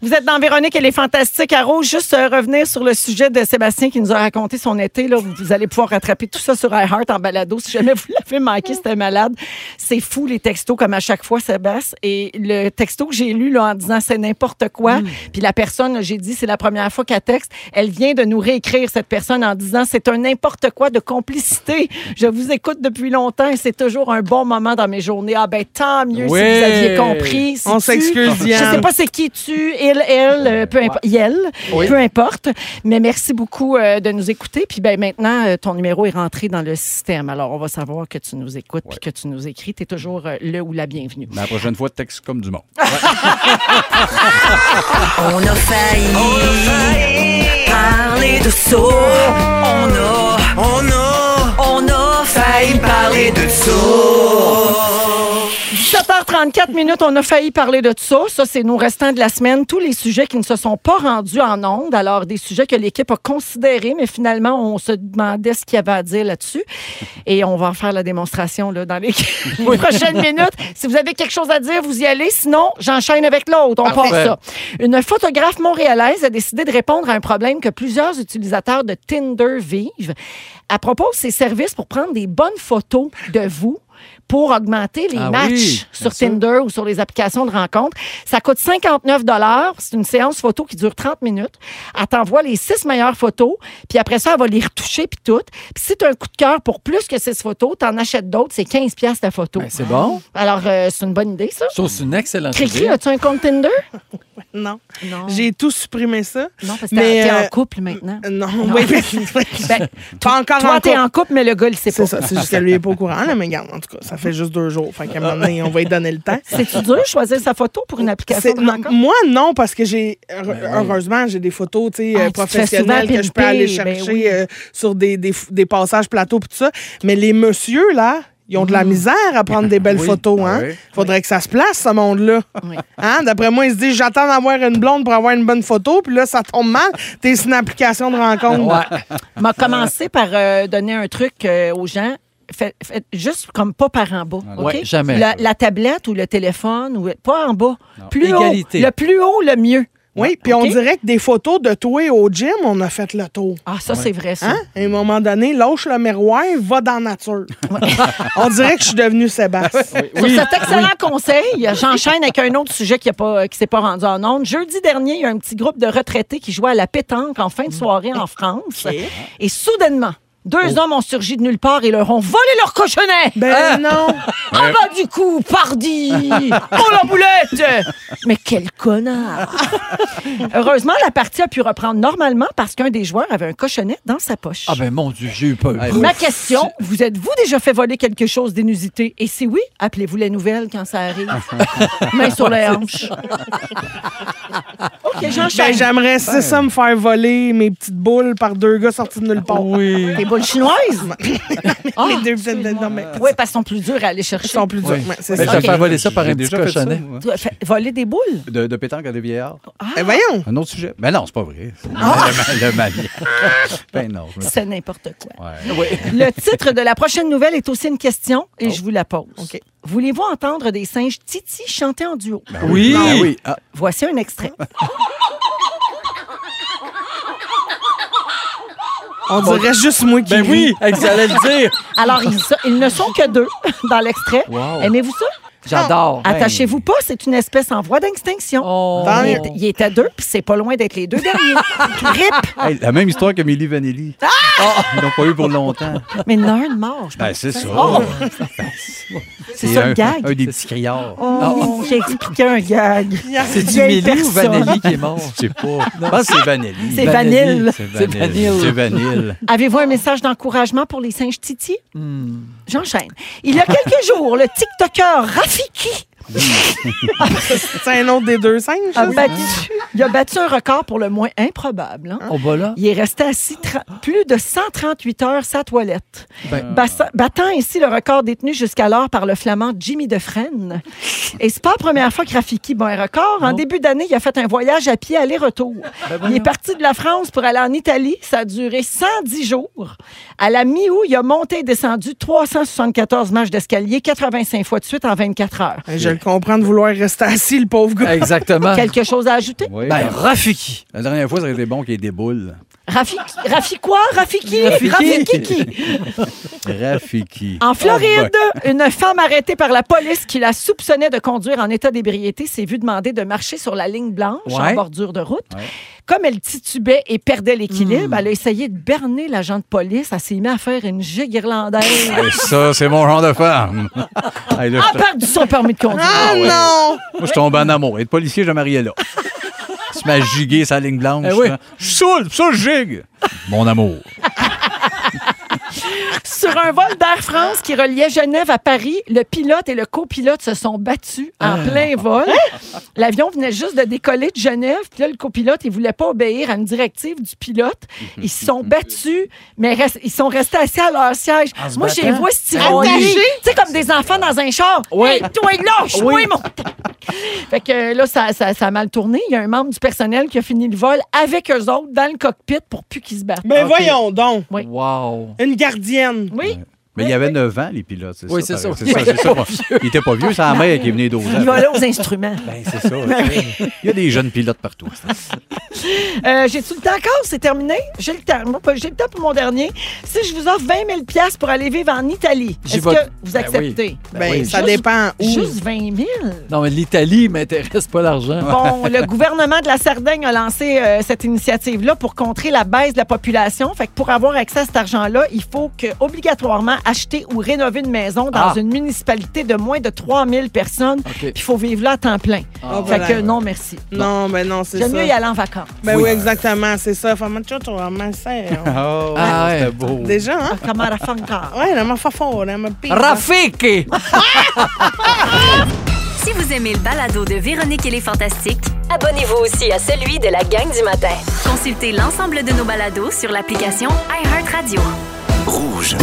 Vous êtes dans Véronique et les Fantastiques à Rouge. Juste euh, revenir sur le sujet de Sébastien qui nous a raconté son été. Là. Vous- Vous allez pouvoir rattraper tout ça sur iHeart en balado. Si jamais vous l'avez manqué, c'était malade. C'est fou, les textos, comme à chaque fois, Sébastien. Et le texto que j'ai lu là, en disant c'est n'importe
Mm.
quoi, puis la personne, là, j'ai dit c'est la première fois qu'elle texte, elle vient de nous réécrire, cette personne, en disant c'est un n'importe quoi de complicité. Je vous écoute depuis longtemps et c'est toujours un bon moment dans mes journées. Ah ben tant mieux si
Ouais.
vous aviez compris. Si
On
tu-
s'excuse,
Je
Diane.
sais pas c'est qui tu, il, elle, euh, peu importe, elle,
Oui.
peu importe. Mais merci beaucoup euh, de nous écouter. Puis ben maintenant, euh, ton numéro est rentré dans le système. Alors, on va savoir que tu nous écoutes puis que tu nous écris. Tu es toujours euh, le ou la bienvenue.
Ben, la prochaine fois, texte comme du monde.
On a failli, parler de ça. On a, on a, on a failli parler de ça.
17h34 minutes, on a failli parler de ça. Ça, c'est nos restants de la semaine. Tous les sujets qui ne se sont pas rendus en ondes. Alors, des sujets que l'équipe a considérés, mais finalement, on se demandait ce qu'il y avait à dire là-dessus. Et on va en faire la démonstration là, dans les
Oui.
prochaines minutes. Si vous avez quelque chose à dire, vous y allez. Sinon, j'enchaîne avec l'autre. On part
Parfait.
ça. Une photographe montréalaise a décidé de répondre à un problème que plusieurs utilisateurs de Tinder vivent. À propos de ses services pour prendre des bonnes photos de vous pour augmenter les
Ah
matchs
oui,
sur Tinder ou sur les applications de rencontre. Ça coûte 59 C'est une séance photo qui dure 30 minutes. Elle t'envoie les six meilleures photos, puis après ça, elle va les retoucher, puis tout. Puis si tu as un coup de cœur pour plus que six photos, tu en achètes d'autres, c'est 15 la photo.
Ben,
c'est bon.
Alors, euh, c'est une bonne idée, ça.
Ça, c'est une excellente
Cricri,
idée.
as-tu un compte Tinder?
Non. J'ai euh, tout supprimé ça.
Non, parce
que
t'es- t'es en
couple
maintenant.
Non, oui, mais- pas encore
toi,
en
t'es
couple.
en couple, mais le gars, il sait
C'est
pas.
ça, c'est juste que lui n'est pas au courant, là, mais regarde, en tout cas, ça fait juste deux jours. Fait qu'à un moment donné, on va lui donner le temps.
C'est-tu dur de choisir sa photo pour une application
C'est-
de rencontre?
Moi, non, parce que j'ai.
Ben
Heureusement, j'ai des photos tu sais,
Ah,
euh,
tu te fais souvent
professionnelles que je peux aller
pimper, ben
chercher
oui.
euh, sur des, des, des passages plateaux et tout ça. Mais les messieurs, là, ils ont de la
Mm.
misère à prendre des belles
Oui,
photos.
ben
Hein?
oui.
Faudrait que ça se place, ce monde-là. Hein? D'après moi, ils se disent j'attends d'avoir une blonde pour avoir une bonne photo, puis là, ça tombe mal. T'es sur une application de rencontre.
m'a commencé par euh, donner un truc euh, aux gens. Fait- fait juste comme pas par en bas. OK?
Ouais, jamais.
La, la tablette ou le téléphone, ou pas en bas. Plus
Égalité.
haut. Le plus haut, le mieux.
Oui, puis on dirait que des photos de toi au gym, on a fait le tour.
Ah, ça, c'est vrai, ça.
Hein? À un moment donné, lâche le miroir, va dans la nature. on dirait que je suis devenue Sébastien.
Sur cet excellent conseil, j'enchaîne avec un autre sujet qui ne s'est pas rendu en ondes. Jeudi dernier, il y a un petit groupe de retraités qui jouait à la pétanque en fin de soirée en France. Et soudainement, Deux
Oh.
hommes ont surgi de nulle part et leur ont volé leur cochonnet.
Ben non.
Ah bah du coup, pardi. oh la boulette. Mais quel connard. Heureusement, la partie a pu reprendre normalement parce qu'un des joueurs avait un cochonnet dans sa poche.
Ah ben mon Dieu, j'ai eu peur.
Ma question, vous êtes-vous déjà fait voler quelque chose d'inusité? Et si oui, appelez-vous les nouvelles quand ça arrive. Main sur les hanches. OK, j'enchaîne.
Ben, j'aimerais, c'est ça, me faire voler mes petites boules par deux gars sortis de nulle part.
Oui.
Tes boules chinoises? Ah,
les deux petites. Non, mais.
Oui, parce qu'elles sont plus dures à aller chercher. Elles
sont plus dures. Ouais, c'est
Ben,
Mais
ça.
se faire voler ça par
J'ai
un petit
déjà fait ça,
cochonnet.
moi.
Tu as fait voler des boules?
De, de pétanque à des vieillards.
Eh, voyons.
Un autre sujet. Ben non, c'est pas vrai. C'est
Ah!
Le, ma- le Mali. ben non. je me-
C'est n'importe quoi.
Ouais.
Le titre de la prochaine nouvelle est aussi une question et je vous la pose. Voulez-vous entendre des singes Titi chanter en duo?
Ben oui.
Oui.
Ben oui. Ah.
Voici un extrait.
On dirait juste moi qui.
Ben
ris.
oui, hey, ça allait le dire.
Alors, ils, so- ils ne sont que deux dans l'extrait.
Wow.
Aimez-vous ça? Ah.
J'adore.
Attachez-vous pas, c'est une espèce en voie d'extinction. Il, est- il est à deux, puis c'est pas loin d'être les deux derniers. Rip!
Hey, la même histoire que Milly Vanilli. Ah! Ils l'ont pas eu pour longtemps.
Mais il y en a un de mort, je
Ben, c'est ça.
Oh! C'est ça
un,
le gag.
un des petits criards.
Oh, j'ai expliqué un gag.
C'est du
Vieille
Mélie ou
personne.
Vanelli qui est mort?
Je sais pas. Je pense que c'est Vanilli.
C'est Vanille.
C'est Vanille. C'est Vanille.
Avez-vous un message d'encouragement pour les singes Titi? Hmm. J'enchaîne. Il y a quelques jours, le TikToker Rafiki
C'est un autre des deux singes. ça?
a battu, il a battu un record pour le moins improbable. hein.
Oh, bah là.
Il est resté assis tra- plus de 138 heures sa toilette,
Ben.
Bassa- battant ainsi le record détenu jusqu'alors par le flamand Jimmy Defresne. Et c'est pas la première fois que Rafiki bat un record. En début d'année, il a fait un voyage à pied aller-retour. il est parti de la France pour aller en Italie. Ça a duré 110 jours. À la mi-août, il a monté et descendu 374 marches d'escalier 85 fois de suite en 24 heures.
Ben, je le comprends de vouloir rester assis, le pauvre gars.
Exactement.
Quelque chose à ajouter?
Oui.
Ben, Rafiki.
La dernière fois, ça aurait été bon qu'il y ait des boules.
Rafiki, Rafi quoi? Rafiki?
Rafiki.
Rafikiki?
Rafiki.
Ah,
En Floride,
bah.
une femme arrêtée par la police qui la soupçonnait de conduire en état d'ébriété s'est vue demander de marcher sur la ligne blanche en
Ouais. Hmm.
bordure de route. Comme elle titubait et perdait l'équilibre, elle a essayé de berner l'agent de police. Elle s'est mise à faire une gigue irlandaise.
Ah,
Et ça, c'est mon genre de femme. Hey, là,
Ah,
je,
perdu son permis de conduire.
Ah non!
moi, je tombe en amour. Être policier, je mariais là. Tu m'as gigué sa ligne blanche.
Eh oui.
là. Je suis saoul, ça, je gigue. Mon amour.
Sur un vol d'Air France qui reliait Genève à Paris, le pilote et le copilote se sont battus en
Ah.
plein vol. L'avion venait juste de décoller de Genève, puis là, le copilote, il voulait pas obéir à une directive du pilote. Ils se sont battus, mais res- ils sont restés assis à leur siège.
se
Moi, j'ai les
battant?
vois se tirailler. Tu sais, comme des enfants dans un char.
Oui.
Hey, toi, lâche, moi,
Oui.
mon- Fait que euh, là, ça, ça- ça a mal tourné. Il y a un membre du personnel qui a fini le vol avec eux autres dans le cockpit pour plus qu'ils se battent.
Ben voyons donc.
Oui.
Wow.
Une gardienne.
Oui.
Mais il y avait 9 ans, les pilotes. c'est
Oui, c'est
pareil.
ça.
C'est ça,
Il
c'est
était
ça.
pas vieux.
Il était pas vieux, c'est la mère qui est venue 12 ans.
Il va là aux instruments.
Ben, c'est ça. Il y a des jeunes pilotes partout.
Euh, J'ai-tu le temps encore? C'est terminé? J'ai le temps. Moi, J'ai le temps pour mon dernier. Si je vous offre 20 000 pour aller vivre en Italie,
J'y
est-ce
vais.
que vous
Ben
acceptez?
oui.
Ben,
oui.
ça
Juste-
dépend où.
Juste 20 000
Non, mais l'Italie m'intéresse pas l'argent.
Bon, le gouvernement de la Sardaigne a lancé euh, cette initiative-là pour contrer la baisse de la population. Fait que pour avoir accès à cet argent-là, il faut que, obligatoirement acheter ou rénover une maison dans
Ah.
une municipalité de moins de 3 000 personnes. Puis
OK.
il faut vivre là à temps plein.
Ah,
fait
voilà.
que non, merci.
Non, ben non, c'est ça.
J'aime mieux y aller en vacances.
Ben oui, exactement, c'est ça. Femme, tu vas masser.
Oh,
Ah ouais.
c'était beau.
Déjà, hein?
Comme à la fin
Ah.
encore.
Ouais, elle m'a fait fort, elle m'a pire. hein?
Rafiki!
Si vous aimez le balado de Véronique et les Fantastiques,
Abonnez-vous aussi à celui de la gang du matin.
consultez l'ensemble de nos balados sur l'application iHeartRadio.
Rouge.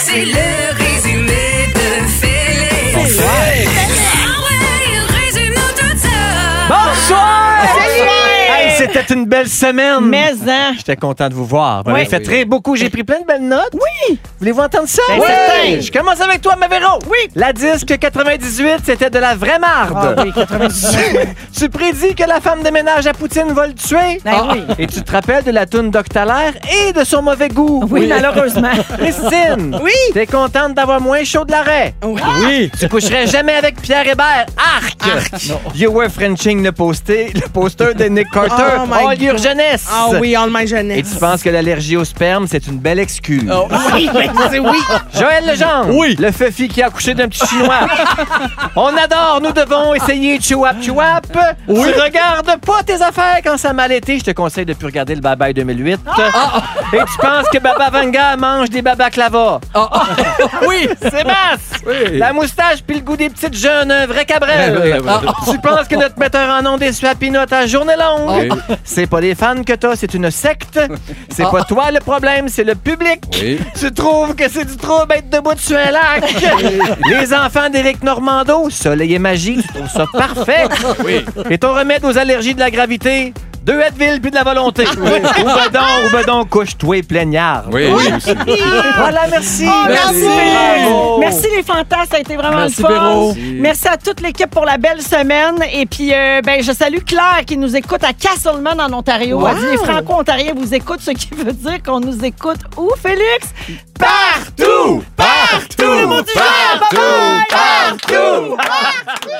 C'est le résumé de Félix. Ah
Bonsoir! Hey, c'était une belle semaine.
Mais, hein,
J'étais content de vous voir. Vous m'avez
Oui.
fait très beaucoup. J'ai pris plein de belles notes. Oui! Voulez-vous entendre ça?
Ben, certain.
Je commence avec toi, Mavero. Oui! La disque 98, c'était de la vraie marde.
Ah oui, 98.
tu prédis que la femme de ménage à Poutine va le tuer.
Ben oui.
Et tu te rappelles de la toune d'Octalaire et de son mauvais goût.
Oui, malheureusement.
Christine!
Oui.
T'es contente d'avoir moins chaud de l'arrêt? Ah!
Oui.
Tu coucherais jamais avec Pierre Hébert. Arc! You were Frenching le, posté, le poster de Nick Carter.
Oh my
All Your
God.
Jeunesse.
Ah oui, All My Jeunesse.
Et tu penses que l'allergie au sperme, c'est une belle excuse.
Oui, ben, c'est oui.
Joël Legendre. Oui. Le feufi qui a accouché d'un petit chinois. On adore, nous devons essayer chouap chouap. Oui. Tu regardes pas tes affaires quand ça a mal été. Je te conseille de plus regarder le Bye Bye 2008.
Ah.
Et tu penses que Baba Vanga mange des babaclavas.
Ah.
Oui. Sébastien. La moustache puis le goût des petites jeunes, un vrai cabrel.
Ouais, ouais, ouais.
Ah, tu penses que notre metteur en ondes est sur la pinote à journée longue?
Oui.
C'est pas les fans que t'as, c'est une secte. C'est
Ah.
pas toi le problème, c'est le public. Tu trouves que c'est du trouble être debout dessus un lac. les enfants d'Éric Normando, soleil et magie, tu trouves ça parfait.
Oui.
Et ton remède aux allergies de la gravité? De Hetville puis de la volonté. Ou bedon, ou bedon, couche-toi et plaignard.
Oui, Oui. aussi.
voilà, merci.
Oh, merci.
Bravo.
Merci les fantasmes, ça a été vraiment
Merci,
le fun.
Véro.
Merci. Merci à toute l'équipe pour la belle semaine. Et puis, euh, ben, je salue Claire qui nous écoute à Castleman en Ontario.
Wow.
Elle dit, les Franco-Ontariens vous écoutent, ce qui veut dire qu'on nous écoute où, Félix? Partout! Partout! Partout!
Partout! Partout!